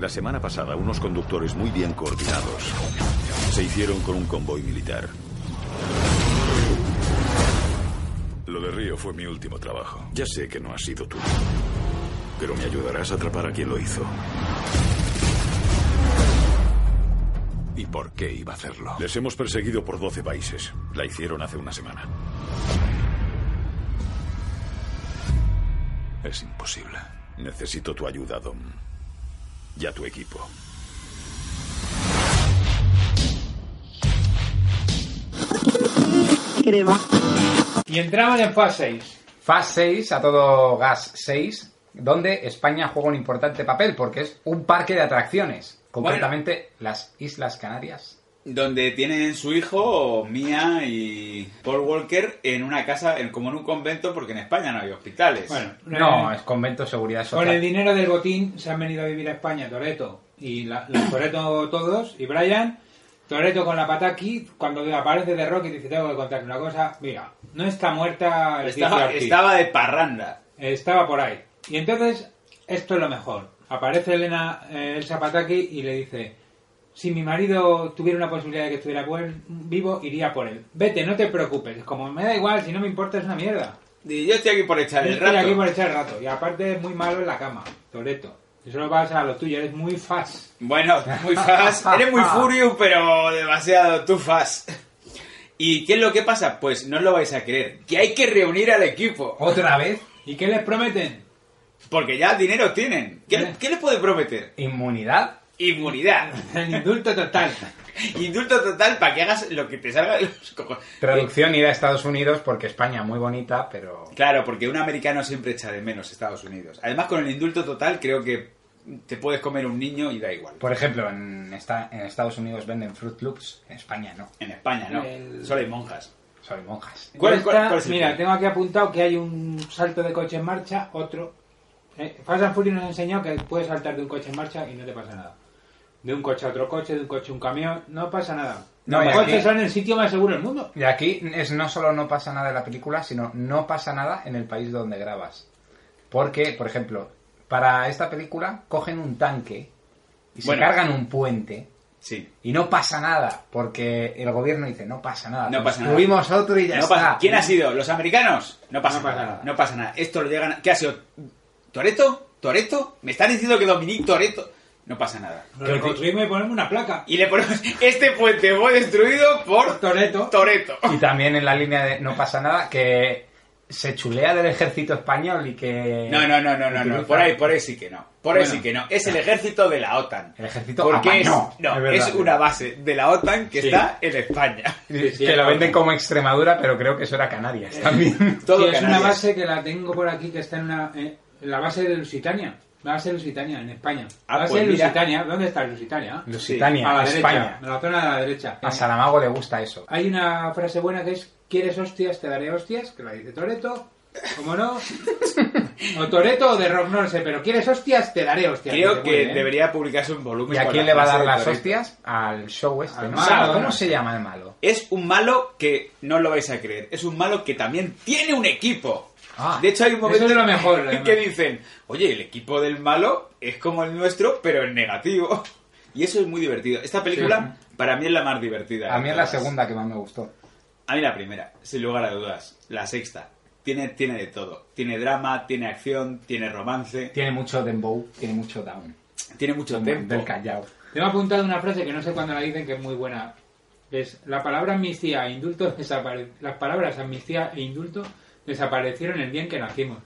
La semana pasada, unos conductores muy bien coordinados se hicieron con un convoy militar. Lo de Río fue mi último trabajo. Ya sé que no has sido tú. Pero me ayudarás a atrapar a quien lo hizo. ¿Y por qué iba a hacerlo? Les hemos perseguido por 12 países. La hicieron hace una semana. Es imposible. Necesito tu ayuda, Dom. Y a tu equipo.
Y entraban en Fast 6.
Fast 6, a todo gas 6, donde España juega un importante papel porque es un parque de atracciones, concretamente las Islas Canarias
donde tienen su hijo, Mia y Paul Walker, en una casa, en- como en un convento, porque en España no hay hospitales.
Bueno,
No, es convento de seguridad
Con el
social.
dinero del botín se han venido a vivir a España Toreto y la, los Toreto todos y Brian. Toreto con la pataki, cuando aparece de Rocky dice, tengo que contarte una cosa, mira, no está muerta Leticia
Estaba-
Ortiz.
estaba de parranda.
Estaba por ahí. Y entonces, esto es lo mejor. Aparece Elena eh, Elsa Pataki y le dice, si mi marido tuviera una posibilidad de que estuviera buen- vivo, iría por él. Vete, no te preocupes. Como me da igual, si no me importa, es una mierda.
Y yo estoy aquí por echar el
Estoy
rato.
aquí por echar el rato. Y aparte es muy malo en la cama, Toreto. Eso lo pasa a lo tuyo, eres muy fast.
Bueno, muy fast. Eres muy furio, pero demasiado tú fast. ¿Y qué es lo que pasa? Pues no os lo vais a creer. Que hay que reunir al equipo.
¿Otra vez?
¿Y qué les prometen?
Porque ya dinero tienen.
Eh.
¿Qué, qué les puede prometer?
¿Inmunidad?
Inmunidad.
Indulto total.
Indulto total para que hagas lo que te salga de los cojones.
Traducción ir a Estados Unidos porque España muy bonita, pero
Claro, porque un americano siempre echa de menos Estados Unidos. Además, con el indulto total creo que te puedes comer un niño y da igual.
por ejemplo en, esta- en Estados Unidos venden Fruit Loops, en España no.
En España no.
El-
Solo hay monjas.
Solo hay monjas.
¿Cuál- cuál-
Esta-
cuál es el
mira,
tema?
tengo aquí apuntado que hay un salto de coche en marcha, otro. Eh, Fast and Furious nos enseñó que puedes saltar de un coche en marcha y no te pasa nada. De un coche a otro coche, de un coche a un camión, no pasa nada.
No, y
Los
aquí-
coches son el sitio más seguro del mundo.
Y aquí es no solo no pasa nada en la película, sino no pasa nada en el país donde grabas. Porque, por ejemplo, para esta película cogen un tanque y se
Bueno.
cargan un puente
Sí.
y no pasa nada, porque el gobierno dice no pasa nada.
No pasa nada.
Construimos otro y ya
No
está.
pasa- ¿Quién ha sido? ¿Los americanos? No pasa, nada. No pasa nada. Esto lo llegan. a- ¿Qué ha sido? ¿Toreto? ¿Toreto? ¿Me están diciendo que Dominique Toreto? No pasa nada.
Lo reconstruimos y ponemos una placa.
Y le ponemos. Este puente fue destruido por
Toreto.
Toreto.
Y también en la línea de no pasa nada, que se chulea del ejército español y que...
No, no, no, no, no, no.
utiliza-
Por ahí, por ahí sí que no. Por ahí
Bueno.
sí que no. Es el ejército de la OTAN.
El ejército
Porque es,
apañó,
no,
es verdad.
es una base de la OTAN que
Sí.
está en España.
que lo venden como Extremadura, pero creo que eso era Canarias también.
Todo
Y es una
Canarias.
base que la tengo por aquí, que está en, una, eh, en la base de Lusitania. La base de Lusitania, en España.
Ah,
La base
pues
de
mira.
Lusitania. ¿Dónde está Lusitania?
Lusitania,
a la
España.
derecha. En la zona de la derecha.
A Saramago le gusta eso.
Hay una frase buena que es ¿Quieres hostias? Te daré hostias, que la dice Toreto, como no. O Toreto o de Rock, no lo sé, pero ¿quieres hostias? Te daré hostias.
Creo
Dice,
que
muy bien.
debería publicarse un volumen.
¿Y a
con
quién
la
le va a
frase
dar
de
las
Toretto.
hostias? Al show este.
Al
¿no?
malo,
¿Cómo
no
se llama el malo?
Es un malo que no lo vais a creer. Es un malo que también tiene un equipo.
Ah,
de hecho, hay un
eso
momento
es lo mejor, lo demás.
que dicen, oye, el equipo del malo es como el nuestro, pero en negativo. Y eso es muy divertido. Esta película, para mí, es la más divertida. de
A mí es la
todas.
segunda que más me gustó.
A mí la primera, sin lugar a dudas. La sexta. Tiene, tiene de todo. Tiene drama, tiene acción, tiene romance,
Tiene mucho dembow, tiene mucho down.
tiene mucho
Como
tempo.
Del Callao.
Tengo apuntado una frase que no sé cuándo la dicen, que es muy buena. Es, la palabra amnistía e indulto desapare- Las palabras amnistía e indulto desaparecieron el día en que nacimos.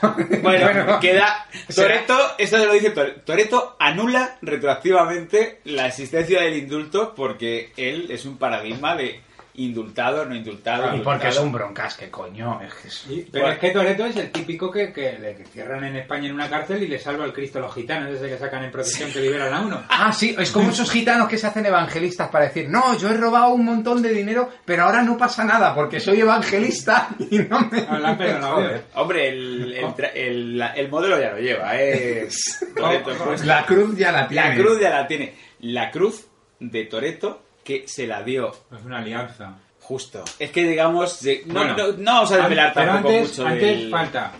Bueno,
Bueno.
queda. Toreto, esto se lo dice Toreto. Toreto anula retroactivamente la existencia del indulto porque él es un paradigma de indultado, no indultado.
Y porque
indultado.
es un broncas, que coño. Es que es-
Pero es que Toreto es el típico que, que le cierran en España en una cárcel y le salva al Cristo a los gitanos, ese que sacan en protección que liberan a uno.
Ah, sí, es como esos gitanos que se hacen evangelistas para decir, no, yo he robado un montón de dinero, pero ahora no pasa nada porque soy evangelista y no me...
Ah,
la perdonado,
Joder.
Hombre, el, el tra- el- la- el modelo ya lo lleva, ¿eh? Toretto, pues.
Oh, La cruz ya la tiene.
La cruz ya la tiene. La cruz de Toreto que se la dio.
Es una alianza.
Justo. Es que digamos. de- No,
Bueno,
no- no vamos a desvelar
an- pero
tampoco
antes,
mucho.
Antes
del-
falta.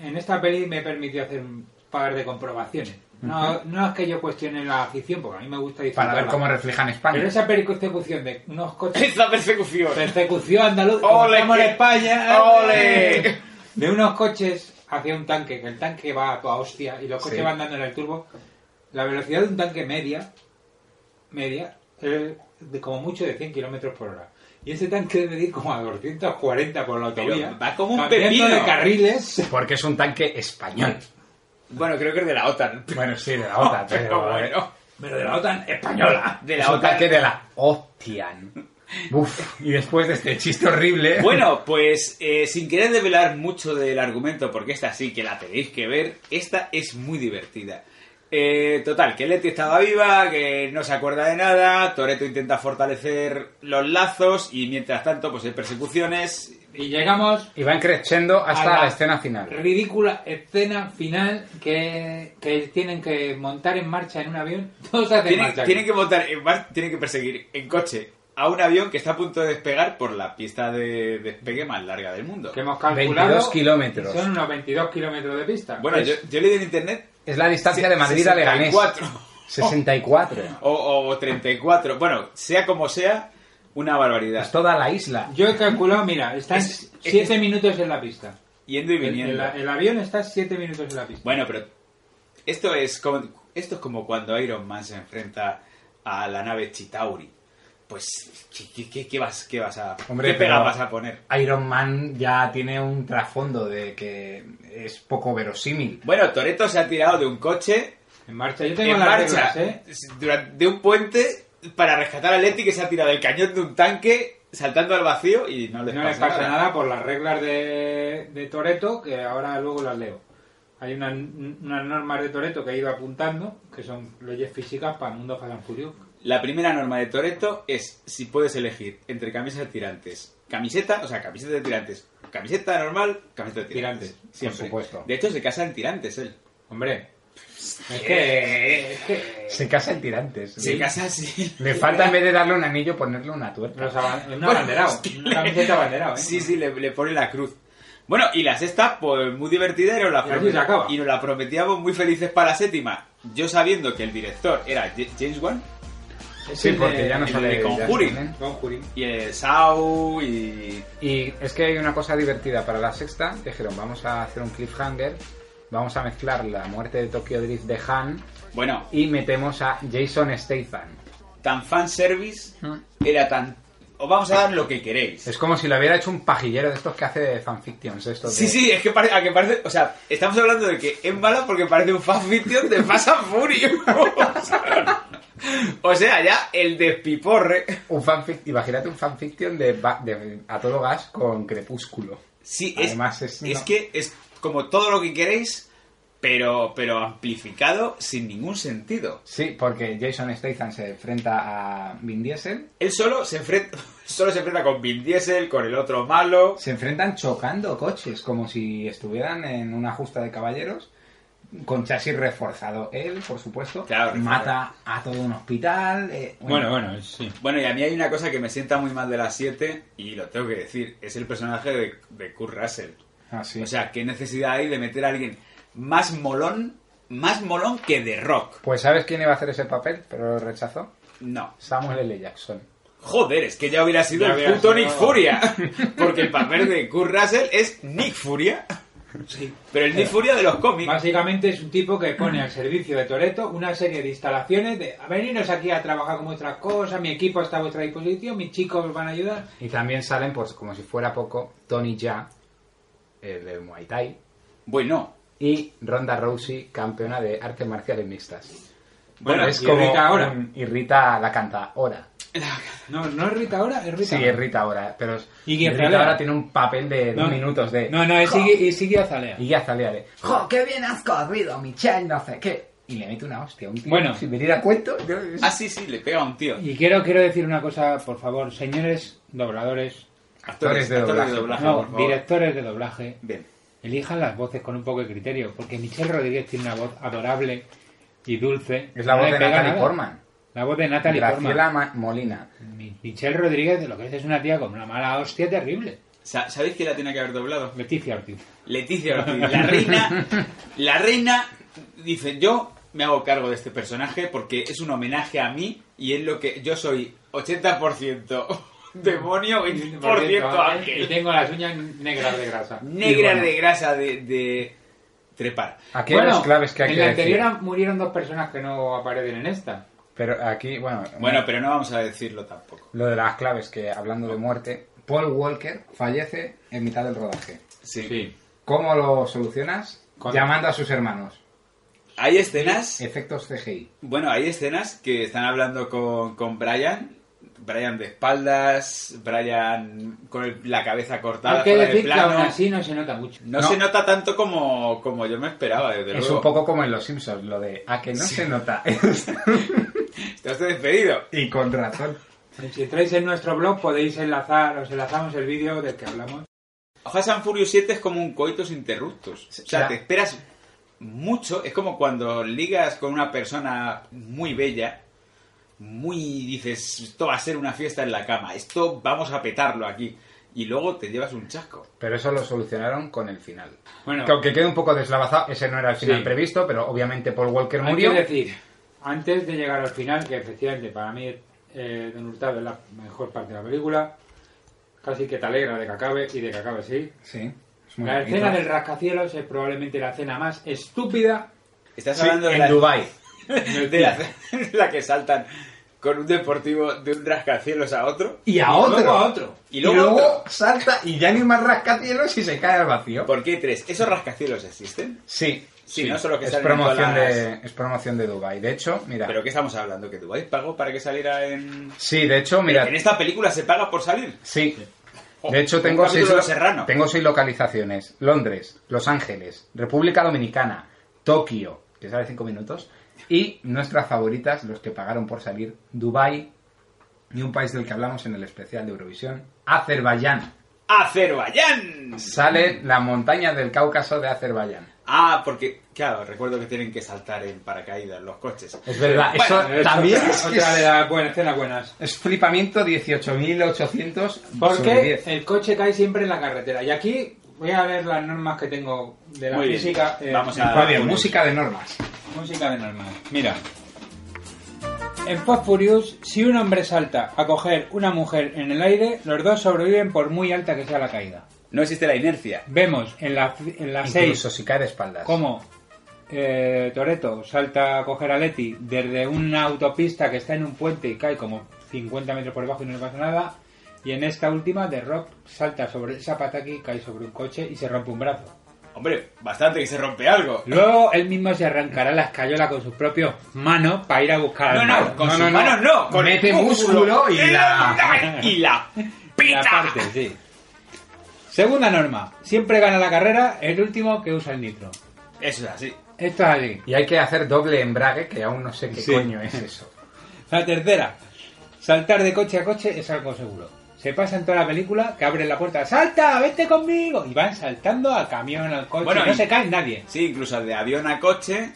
En esta peli me permitió hacer un par de comprobaciones. No, no es que yo cuestione la afición, porque a mí me gusta
Para
disfrutarla.
ver cómo reflejan España.
Pero esa persecución de unos coches...
Esa persecución.
Persecución andaluz. como
¡Ole!
estamos en España. ¿eh?
¡Ole!
De unos coches hacia un tanque, que el tanque va a toda hostia y los coches
Sí.
van dando en el turbo. La velocidad de un tanque media, media, es de como mucho de 100 kilómetros por hora. Y ese tanque debe de ir como a 240 por la autovía.
va como un
cambiando
pepino.
de carriles.
Porque es un tanque español.
Bueno, creo que es de la OTAN.
Bueno, sí, de la OTAN,
Pero
pero, eh,
bueno.
Pero de la OTAN
española.
De la
Es un
OTAN.
tanque de la Ostian. Uf, y después de este chiste horrible.
Bueno, pues eh, sin querer develar mucho del argumento, porque esta sí que la tenéis que ver, esta es muy divertida. Eh, total, que Leti estaba viva, que no se acuerda de nada, Toreto intenta fortalecer los lazos y mientras tanto pues hay persecuciones.
Y llegamos
Y van creciendo hasta
A la-
la escena final.
ridícula escena final que, que tienen que montar en marcha en un avión. Todos hacen
Tienen,
marcha. aquí.
tienen que montar en mar- tienen que perseguir en coche a un avión que está a punto de despegar por la pista de despegue más larga del mundo.
Que hemos calculado
22 kilómetros.
Son unos 22 kilómetros de pista.
Bueno, yo,
Es-
yo leí en internet
Es la distancia de Madrid a Leganés.
64.
64.
Oh.
o, o 34. Bueno, sea como sea, una barbaridad.
Es toda la isla.
Yo he calculado, mira, están
Es-
7 minutos en la pista.
Yendo y
El-
viniendo.
el- el avión está 7 minutos en la pista.
Bueno, pero esto es como, esto es como cuando Iron Man se enfrenta a la nave Chitauri. Pues, ¿qué, qué- qué- qué vas, qué vas a,
Hombre,
qué pega
pero-
vas a poner?
Iron Man ya tiene un trasfondo de que es poco verosímil.
Bueno, Toreto se ha tirado de un coche
en marcha. Yo tengo
en
las
marcha
reglas, ¿eh?
durante- de un puente para rescatar a Leti que se ha tirado del cañón de un tanque saltando al vacío y no le
No les
pasa,
pasa nada por las reglas de, de Toreto, que ahora luego las leo. Hay una- unas normas de Toreto que he ido apuntando, que son leyes físicas para el mundo Fast and Furious.
La primera norma de Toreto es si puedes elegir entre camisas de tirantes, camiseta, o sea, camiseta de tirantes, camiseta normal, camiseta de tirantes.
Tirantes,
siempre.
por supuesto.
De hecho, se casa en tirantes él.
Hombre, es que, es que
Se casa en tirantes.
Se casa así.
Le falta en vez de darle un anillo ponerle una tuerca.
los aban- es un
Bueno,
abanderado,
es que
una camiseta abanderado, ¿eh?
Sí, sí, le, le pone la cruz. Bueno, y la sexta, pues muy divertida, y nos la,
Y así
promet-
se acaba.
y nos la prometíamos muy felices para la séptima. Yo sabiendo que el director era J- James Wan
Sí, porque ya no
el
sale
de
Jason,
Conjuring.
¿eh?
Conjuring.
y el Saw y
Y es que hay una cosa divertida para la sexta. Dijeron, vamos a hacer un cliffhanger. Vamos a mezclar la muerte de Tokyo Drift de Han
bueno,
y metemos a Jason Statham.
tan fanservice era tan os vamos a dar lo que queréis.
Es como si lo hubiera hecho un pajillero de estos que hace fanfictions. Estos de-
Sí, sí, es que, pare- a que parece. O sea, estamos hablando de que es mala porque parece un fanfiction de Fast and Furious. o sea, ya el despiporre.
Un fanfic, imagínate un fanfiction de, ba- de a todo gas con crepúsculo.
Sí, es,
Además, es
es
no-
que es como todo lo que queréis, pero, pero amplificado sin ningún sentido.
Sí, porque Jason Statham se enfrenta a Vin Diesel.
Él solo se enfrenta, solo se enfrenta con Vin Diesel, con el otro malo.
Se enfrentan chocando coches, como si estuvieran en una justa de caballeros, con chasis reforzado. Él, por supuesto,
Claro,
mata a todo un hospital. eh,
bueno, sí.
Bueno, y a mí hay una cosa que me sienta muy mal de las 7, y lo tengo que decir, es el personaje de, de Kurt Russell.
Ah, sí.
O sea, ¿qué necesidad hay de meter a alguien más molón, más molón que de rock?
Pues ¿sabes quién iba a hacer ese papel? Pero lo rechazó.
No.
Samuel L. Jackson.
Joder, es que ya hubiera sido
Ya
el
hubiera
puto
sido-
Nick Furia. Porque el papel de Kurt Russell es Nick Furia. Pero el Nick Furia de los cómics.
Básicamente es un tipo que pone al servicio de Toreto una serie de instalaciones de veniros aquí a trabajar con vuestras cosas, mi equipo está a vuestra disposición, mis chicos os van a ayudar.
Y también salen, pues como si fuera poco, Tony Jaa, el del Muay Thai,
Bueno,
y Ronda Rousey, campeona de artes marciales mixtas.
Bueno,
es
y
como
Rita Ora.
un- y Rita la canta ahora.
No, no es Rita ahora, es Rita.
Sí, es Rita ahora, eh, pero es-
Y Iggy
Rita
Azalea.
ahora tiene un papel de
No.
dos minutos de...
No, no, es
"Jo,
Iggy, es Iggy Azalea.
Iggy Azalea de... ¡Jo, qué bien has corrido, Michelle, no sé qué! Y le mete una hostia, un tío,
Bueno.
sin venir a cuento. yo- es-
ah, sí, sí, le pega a un tío.
Y quiero, quiero decir una cosa, por favor, señores dobladores,
Actores de doblaje.
no,
por favor.
directores de doblaje,
Bien.
elijan las voces con un poco de criterio, porque Michelle Rodríguez tiene una voz adorable y dulce.
Es la
No
voz
le
de
pega
Natalie
nada.
Portman.
La voz de Natalie
Graciela
Portman.
Ma- Molina.
Mi- Michelle Rodríguez, de lo que es, es una tía con una mala hostia terrible.
Sa- ¿Sabéis quién la tenía que haber doblado?
Leticia Ortiz.
Leticia Ortiz, la reina, la reina dice, yo me hago cargo de este personaje porque es un homenaje a mí y es lo que yo soy 80% demonio, 20%
Y
ángel.
tengo las uñas negras de grasa.
Negra
Y bueno.
de grasa de, de trepar.
Ah.
Aquí hay unas claves que hay
en
que
la
decir.
anterior murieron dos personas que no aparecen en esta.
Pero aquí, bueno...
Bueno, pero no vamos a decirlo tampoco.
Lo de las claves, que hablando de muerte, Paul Walker fallece en mitad del rodaje.
Sí.
¿Cómo lo solucionas?
Con-
Llamando a sus hermanos.
Hay escenas,
Efectos CGI.
bueno, hay escenas que están hablando con, con Brian Brian de espaldas, Brian con el- la cabeza cortada.
Hay que
fuera de
decir que
plano.
aún así no se nota mucho.
No, se nota tanto como, como yo me esperaba, desde
Es
luego.
un poco como en Los Simpsons, lo de a que no se nota.
Te has despedido.
Y con razón.
Si entráis en nuestro blog podéis enlazar, os enlazamos el vídeo del que hablamos.
Fast and Furious 7 es como un coitus interruptus. O sea,
Ya.
te esperas mucho. Es como cuando ligas con una persona muy bella, muy dices, esto va a ser una fiesta en la cama, esto vamos a petarlo aquí. Y luego te llevas un chasco.
Pero eso lo solucionaron con el final.
Bueno.
que aunque quede un poco deslavazado, ese no era el final
Sí.
previsto, pero obviamente Paul Walker
Hay
murió.
que decir, antes de llegar al final, que efectivamente para mí eh, Don Hurtado es la mejor parte de la película, casi que te alegra de que acabe y de que acabe sí.
Sí. es muy
La
bonito.
escena del rascacielos es probablemente la escena más estúpida.
Estás
Sí,
hablando de
en
la,
Dubái.
de la, la que saltan con un deportivo de un rascacielos a otro.
Y a otro.
luego a otro.
Y luego, salta y ya ni más rascacielos y se cae al vacío.
¿Por qué tres? ¿Esos rascacielos existen?
Sí.
Sí, no solo que
es
salen en
promoción
todas
de es promoción de Dubai. De hecho, mira.
¿Pero qué estamos hablando? ¿Que Dubái pagó para que saliera en...?
Sí, de hecho, mira.
¿En este- esta película se paga por salir?
Sí.
Oh,
De hecho,
un
tengo
capítulo
seis,
de
lo-
Serrano.
tengo seis localizaciones. Londres, Los Ángeles, República Dominicana, Tokio, que sale cinco minutos, y nuestras favoritas, los que pagaron por salir, Dubai y un país del que hablamos en el especial de Eurovisión, Azerbaiyán.
¡Azerbaiyán!
Sale la montaña del Cáucaso de Azerbaiyán.
Ah, porque, claro, recuerdo que tienen que saltar en paracaídas los coches.
Es verdad, eso
Bueno,
también
otra-
es,
otra
es-
de
las buenas, escenas buenas.
es flipamiento 18.800 sobre
Porque
10.
el coche cae siempre en la carretera. Y aquí voy a ver las normas que tengo de la
Muy bien.
física. eh,
Vamos a- Muy bien, música de normas.
Música de normas. Mira. En Fast Furious, si un hombre salta a coger una mujer en el aire, los dos sobreviven por muy alta que sea la caída.
No existe la inercia.
Vemos en la, en la
Incluso
6
si cae de espaldas.
cómo eh, Toreto salta a coger a Leti desde una autopista que está en un puente y cae como 50 metros por debajo y no le pasa nada. Y en esta última, The Rock salta sobre el zapataki, cae sobre un coche y se rompe un brazo.
Hombre, bastante que se rompe algo.
Luego él mismo se arrancará la escayola con sus propios manos para ir a buscar
No,
al
no,
malo.
con sus manos no. Con
Mete
el
músculo y la-
Y la...
Y aparte, sí. Segunda norma. Siempre gana la carrera el último que usa el nitro.
Eso es así.
Esto es así.
Y hay que hacer doble embrague, que aún no sé qué
Sí.
coño es eso.
La tercera. Saltar de coche a coche es algo seguro. Se pasa en toda la película que abren la puerta. ¡Salta! ¡Vete conmigo! Y van saltando al camión, al coche.
Bueno,
no
y-
se cae nadie.
Sí, incluso de avión a coche,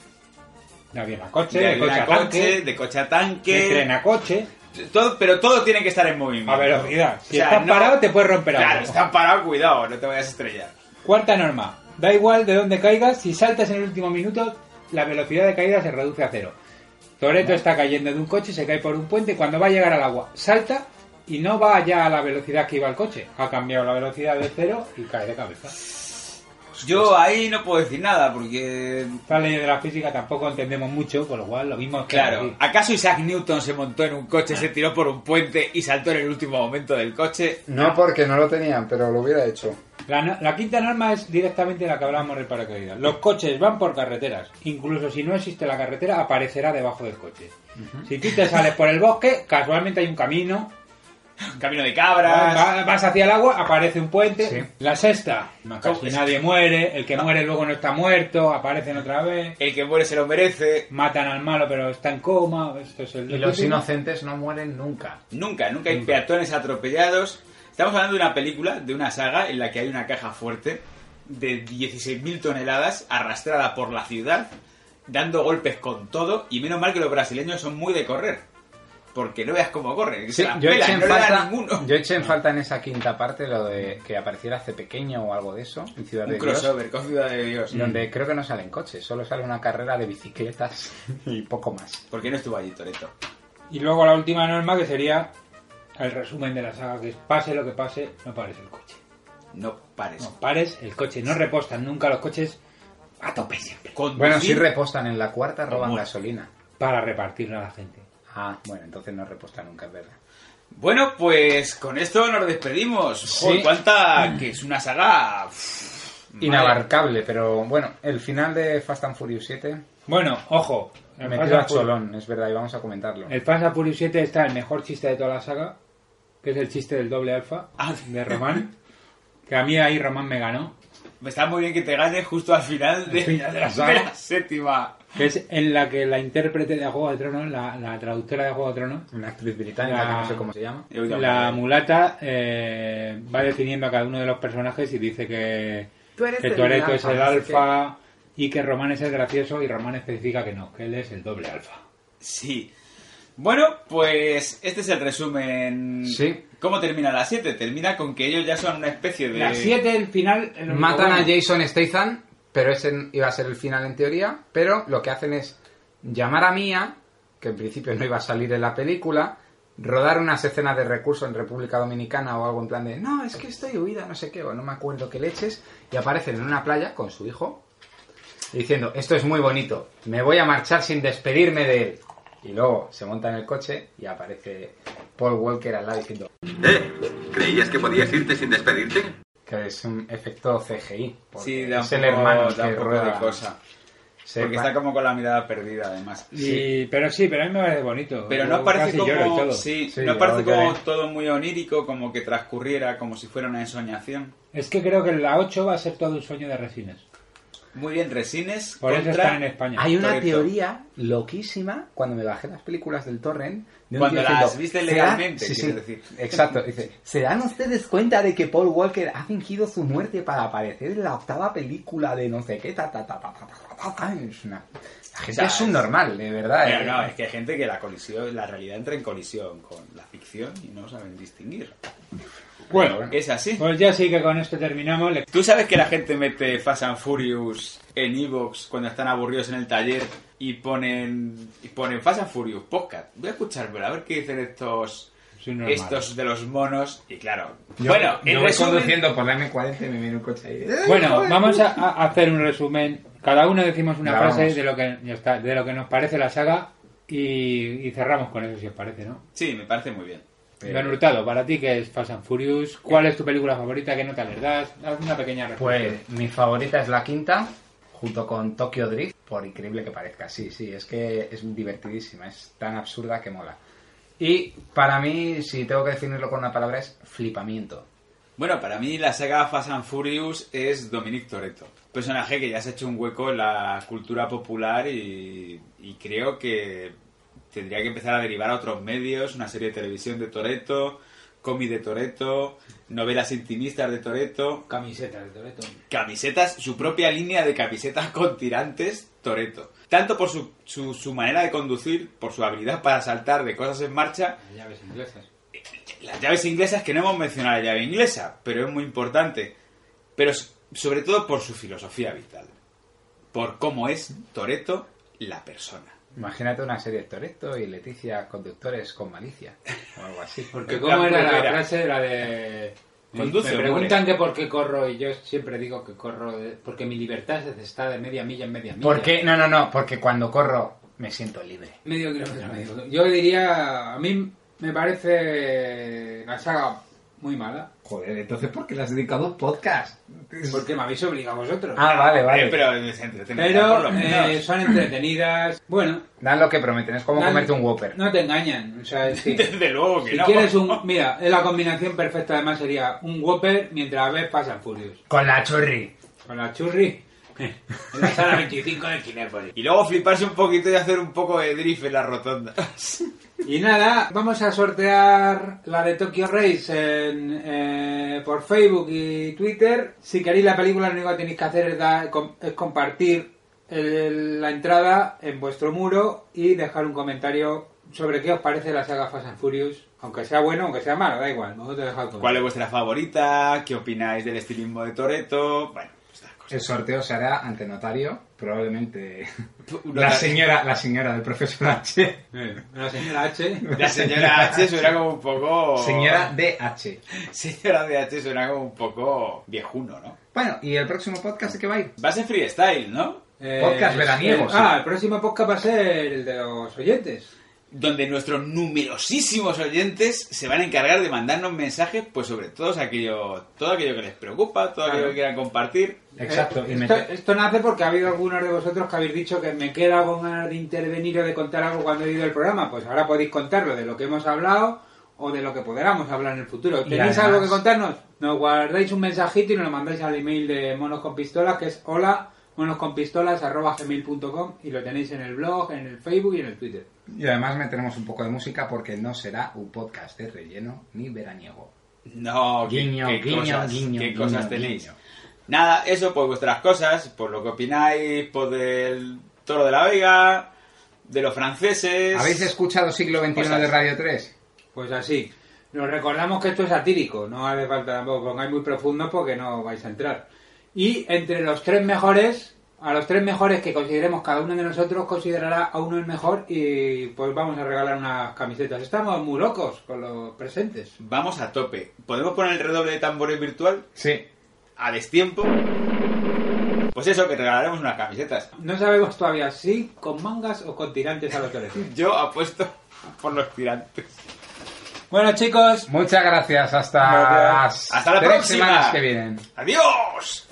De avión a coche,
de
de,
avión
coche
a
a
coche,
tanque,
de coche a tanque...
de tren a coche.
Todo, pero todo tiene que estar en movimiento.
A velocidad.
O
Si
sea,
estás
no-
parado, te puedes romper
Claro,
algo.
estás parado, cuidado, no te vayas a estrellar.
Cuarta norma. Da igual de dónde caigas, si saltas en el último minuto, la velocidad de caída se reduce a cero. Toreto está cayendo de un coche, se cae por un puente, cuando va a llegar al agua, salta y no va ya a la velocidad que iba el coche. Ha cambiado la velocidad de cero y cae de cabeza.
Yo ahí no puedo decir nada porque...
La ley de la física tampoco entendemos mucho, por lo cual lo mismo es que
Claro.
aquí.
¿Acaso Isaac Newton se montó en un coche, se tiró por un puente y saltó en el último momento del coche?
No porque no lo tenían, pero lo hubiera hecho.
La, no- la quinta norma es directamente la que hablábamos del paracaídas. Los coches van por carreteras. Incluso si no existe la carretera, aparecerá debajo del coche. Si tú te sales por el bosque, casualmente hay un camino,
Camino de cabras.
Va- vas hacia el agua, aparece un puente.
Sí.
La sexta, casi nadie muere. El que muere luego no está muerto, aparecen otra vez.
El que muere se lo merece.
Matan al malo, pero está en coma. Esto es el
Y los inocentes no mueren nunca.
Nunca, nunca hay peatones atropellados. Estamos hablando de una película, de una saga en la que hay una caja fuerte de 16.000 toneladas arrastrada por la ciudad, dando golpes con todo. Y menos mal que los brasileños son muy de correr. Porque no veas cómo corren.
Sí,
se las
yo,
pelan,
eché en
no le dan
falta,
ninguno.
yo eché en falta en esa quinta parte lo de que apareciera hace pequeño o algo de eso en Ciudad
Un
de Dios,
crossover con Ciudad de Dios.
donde creo que no salen coches, solo sale una carrera de bicicletas y poco más.
¿Por qué no estuvo allí Toreto?
Y luego la última norma que sería el resumen de la saga, que es pase lo que pase, no pares el coche.
No pares.
No pares el coche, no repostan nunca los coches a tope siempre.
Conducir
Bueno, sí repostan en la cuarta, roban gasolina.
Para repartirla a la gente.
Ah, bueno, entonces no reposta nunca, es verdad.
Bueno, pues con esto nos despedimos.
Sí.
Joder, cuánta que es una saga.
Inabarcable, pero bueno, el final de Fast and Furious 7
Bueno, ojo.
Me
el
metido
Fast
a
and Furious-
Cholón, es verdad, y vamos a comentarlo.
El Fast and Furious 7 está el mejor chiste de toda la saga, que es el chiste del doble alfa
Ah,
de Román. Que a mí ahí Román me ganó.
Está muy bien que te gane justo al final de,
Al final de la saga.
de la séptima.
Que es en la que la intérprete de Juego de Tronos, la, la traductora de Juego de Tronos,
Una actriz británica,
La-
que no sé cómo se llama.
la mulata eh, va definiendo a cada uno de los personajes y dice que,
Tú eres
que
el
Toretto
alfa,
es el
no sé
alfa y que Román es el gracioso y Román especifica que no, que él es el doble alfa.
Sí. Bueno, pues este es el resumen.
Sí.
¿Cómo termina la 7? Termina con que ellos ya son una especie de.
La 7,
el final.
Matan a Jason Statham, pero ese iba a ser el final en teoría, pero lo que hacen es llamar a Mia, que en principio no iba a salir en la película, rodar unas escenas de recursos en República Dominicana o algo en plan de, no, es que estoy huida, no sé qué, o no me acuerdo qué leches, y aparecen en una playa con su hijo, diciendo, esto es muy bonito, me voy a marchar sin despedirme de él. Y luego se monta en el coche y aparece Paul Walker al lado diciendo,
¿Eh? ¿Creías que podías irte sin despedirte?
que es un efecto CGI. porque
Sí, da un
es el
poco-
hermano
da un
que
poco
rueda.
de cosa.
Se
Porque
pa-
está como con la mirada perdida, además.
Y- Pero sí, pero a mí me parece bonito.
Pero
Yo
no parece
casi lloro y
como,
todo.
sí, no parece como todo muy onírico, como que transcurriera, como si fuera una ensoñación.
Es que creo que la 8 va a ser todo un sueño de resines.
Muy bien, Resines
Por eso
contra...
están en España.
Hay una
Correcto.
teoría loquísima cuando me bajé las películas del torrent. de un
Cuando
tío
las
diciendo,
viste
"¿Se da-"
legalmente,
Sí,
quieres
sí,
decir.
Exacto. Dice, ¿se dan ustedes cuenta de que Paul Walker ha fingido su muerte para aparecer en la octava película de no sé qué? Ta, ta, ta, ta, ta, ta, ta, ta?" Es una- La gente
O sea,
es un normal, de verdad.
Pero
eh.
no, es que hay gente que la colisión, la realidad entra en colisión con la ficción y no saben distinguir.
Bueno,
es así.
Pues ya sí que con esto terminamos. Le-
¿Tú sabes que la gente mete Fast and Furious en Evox cuando están aburridos en el taller y ponen, y ponen Fast and Furious podcast? Voy a escuchármelo, a ver qué dicen estos,
normal.
estos de los monos. Y claro,
Yo-
bueno,
yo
en
voy
resumen-
conduciendo por la M40 y me viene un coche ahí. eh.
Bueno, vamos a, a hacer un resumen. Cada uno decimos una
Ya,
frase
vamos.
de lo, que, ya está, de lo que nos parece la saga y, y cerramos con eso, si os parece, ¿no?
Sí, me parece muy bien.
Iván Hurtado, para ti, que es Fast and Furious? ¿Cuál es tu película favorita? ¿Qué nota les das? Haz una pequeña respuesta.
Pues mi favorita es la quinta, junto con Tokyo Drift, por increíble que parezca. Sí, sí, es que es divertidísima, es tan absurda que mola. Y para mí, si tengo que definirlo con una palabra, es flipamiento.
Bueno, para mí la saga Fast and Furious es Dominic Toretto. Personaje que ya se ha hecho un hueco en la cultura popular y, y creo que tendría que empezar a derivar a otros medios, una serie de televisión de Toretto, cómic de Toretto, novelas intimistas de Toretto,
Camisetas de Toreto.
camisetas, su propia línea de camisetas con tirantes, Toreto. Tanto por su, su, su manera de conducir, por su habilidad para saltar de cosas en marcha,
Pues-
Llaves inglesas.
las llaves inglesas que no hemos mencionado la llave inglesa, pero es muy importante. Pero s- sobre todo por su filosofía vital. Por cómo es Toreto la persona.
Imagínate una serie de Toretto y Leticia conductores con malicia o algo así.
Porque ¿cómo era la frase? La de...
Conduce,
me
hombre.
preguntan que por qué corro y yo siempre digo que corro de- porque mi libertad está de media milla en media milla.
¿Por qué? No, no, no, porque cuando corro me siento libre.
Medio kilómetro, medio kilómetro. Yo diría, a mí me parece la saga muy mala.
Joder, entonces ¿por qué le has dedicado dos podcasts?
Porque me habéis obligado vosotros.
Ah, vale, vale.
Eh, pero es entretenida, por
Pero
lo menos.
eh, son entretenidas. Bueno,
Dan lo que prometen, es como
Dan-
comerte un Whopper.
no te engañan. O sea, es que-
Desde luego que
si
no.
quieres un. Mira, la combinación perfecta además sería un Whopper mientras ves Fast and Furious.
Con la churri.
Con la churri. en la sala 25 del Kinépolis.
Y luego fliparse un poquito y hacer un poco de drift en las rotondas.
Y nada, vamos a sortear la de Tokyo Race en, eh, por Facebook y Twitter. Si queréis la película, lo único que tenéis que hacer es, dar- com- es compartir el- la entrada en vuestro muro y dejar un comentario sobre qué os parece la saga Fast and Furious. Aunque sea bueno, aunque sea malo, da igual. Vosotros dejad el comentario.
¿Cuál es vuestra favorita? ¿Qué opináis del estilismo de Toreto? Bueno, pues
El sorteo se hará ante notario, probablemente la
notario.
señora, la señora del profesor H.
Eh, La señora H.
la señora H suena como un poco.
Señora DH.
Señora de H suena como un poco viejuno, ¿no?
Bueno, ¿y el próximo podcast de qué va a ir?
Va a ser freestyle, ¿no?
Eh,
Podcast veraniego,
el-
sí.
Ah, el próximo podcast va a ser el de los oyentes.
donde nuestros numerosísimos oyentes se van a encargar de mandarnos mensajes, pues sobre todo aquello, todo aquello que les preocupa, todo aquello
Claro.
que quieran compartir.
Exacto. Eh,
Eh,
esto, esto nace porque ha habido algunos de vosotros que habéis dicho que me queda con ganas de intervenir o de contar algo cuando he ido el programa. Pues ahora podéis contarlo de lo que hemos hablado o de lo que podamos hablar en el futuro.
Y
¿Tenéis
además-
algo que contarnos? Nos guardáis un mensajito y nos lo mandáis al email de Monos con Pistolas, que es hola monosconpistolas.gmail.com y lo tenéis en el blog, en el Facebook y en el Twitter.
Y además meteremos un poco de música porque no será un podcast de relleno ni veraniego.
No, qué-
Guiño,
qué,
guiño,
cosas,
guiño,
qué
guiño,
cosas tenéis. Nada, eso por vuestras cosas, por lo que opináis, por del toro de la vega, de los franceses.
¿Habéis escuchado siglo XXI
Cosas.
de Radio 3?
Pues así. Nos recordamos que esto es satírico, no hace falta tampoco pongáis muy profundo porque no vais a entrar. Y entre los tres mejores, a los tres mejores que consideremos cada uno de nosotros considerará a uno el mejor y pues vamos a regalar unas camisetas. Estamos muy locos con los presentes.
Vamos a tope. ¿Podemos poner el redoble de tambores virtual?
Sí.
A destiempo. Pues eso, que regalaremos unas camisetas.
No sabemos todavía si con mangas o con tirantes a los teléfonos.
Yo apuesto por los tirantes.
Bueno chicos,
muchas gracias. Hasta,
Gracias. Hasta la
tres
próxima.
semanas que vienen.
¡Adiós!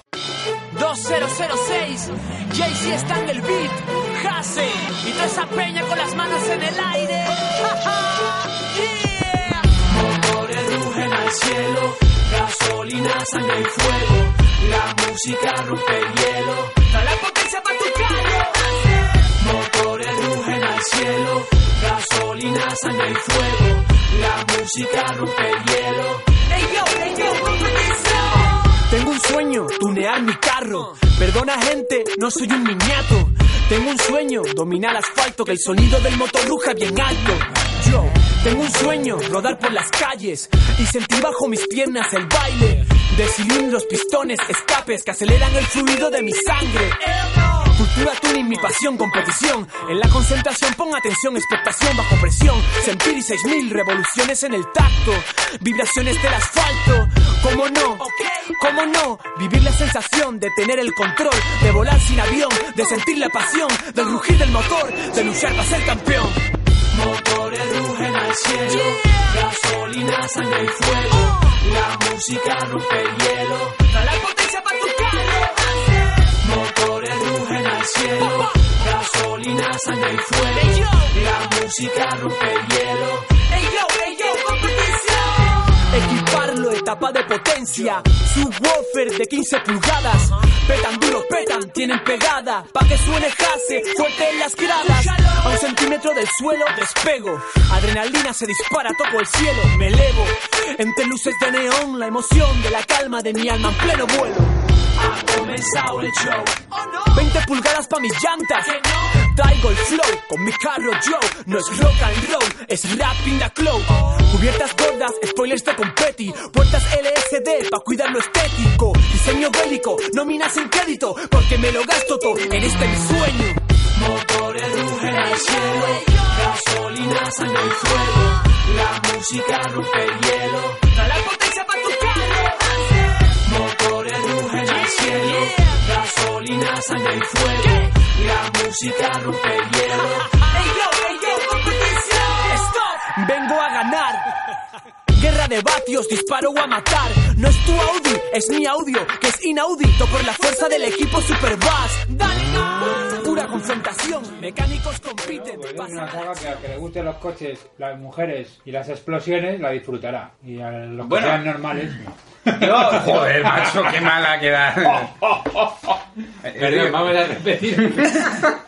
2006, Jay-Z está en el beat, Hase y toda esa peña con las manos en el aire. Yeah. Motores rugen al cielo, gasolina, sangre y fuego. La música rompe el hielo, da la potencia para tu calle. Motores rugen al cielo, gasolina, sangre y fuego. La música rompe el hielo. Ey, yo, ey, yo, competición. Tengo un sueño, tunear mi carro. Perdona gente, no soy un niñato. Tengo un sueño, dominar asfalto, que el sonido del motor ruja bien alto. Yo tengo un sueño, rodar por las calles y sentir bajo mis piernas el baile de cilindros, pistones, escapes que aceleran el fluido de mi sangre. Cultura tuning, mi pasión, competición. En la concentración pon atención, expectación bajo presión. Sentir y 6000 revoluciones en el tacto. Vibraciones del asfalto. ¿Cómo no? ¿Cómo no? Vivir la sensación de tener el control, de volar sin avión, de sentir la pasión, del rugir del motor, de luchar para ser campeón. Motores rugen al cielo, gasolina, sangre y fuego. La música rompe el hielo. Da la potencia para tu carro. Motores rugen al cielo, gasolina, sangre y fuego. La música rompe el hielo. Ey yo, ey yo, competición. Equiparlo, etapa de potencia. Subwoofer de 15 pulgadas. Petan duro, petan, tienen pegada. Pa' que suene jase, fuerte en las gradas. A un centímetro del suelo despego. Adrenalina se dispara, toco el cielo, me elevo. Entre luces de neón, la emoción de la calma de mi alma en pleno vuelo. Ha comenzado el show. Oh, 20 pulgadas pa' mis llantas. Traigo el flow con mi carro yo. No es rock and roll, es rap in the club. Cubiertas gordas, spoilers de confetti. Puertas LSD pa' cuidar lo estético. Diseño bélico, nómina sin crédito. Porque me lo gasto todo en este mi sueño. Motores rugen al cielo. Gasolina, sangre y fuego. La música rompe el hielo. Da la potencia pa' tu carro. Motores rugen al cielo, gasolina, sangre y fuego. La música rompe el hielo. Ey, yo, ey, yo, competición. Stop, vengo a ganar. Guerra de vatios, disparo a matar. No es tu Audi, es mi audio, que es inaudito por la fuerza del equipo Superbass. Dale, no. pura confrontación. Mecánicos compiten.
Es una saga que al que le gusten los coches, las mujeres y las explosiones la disfrutará. Y a los
Bueno.
que sean normales, no.
Joder, macho, qué mala queda. eh,
Perdón, vamos a repetir.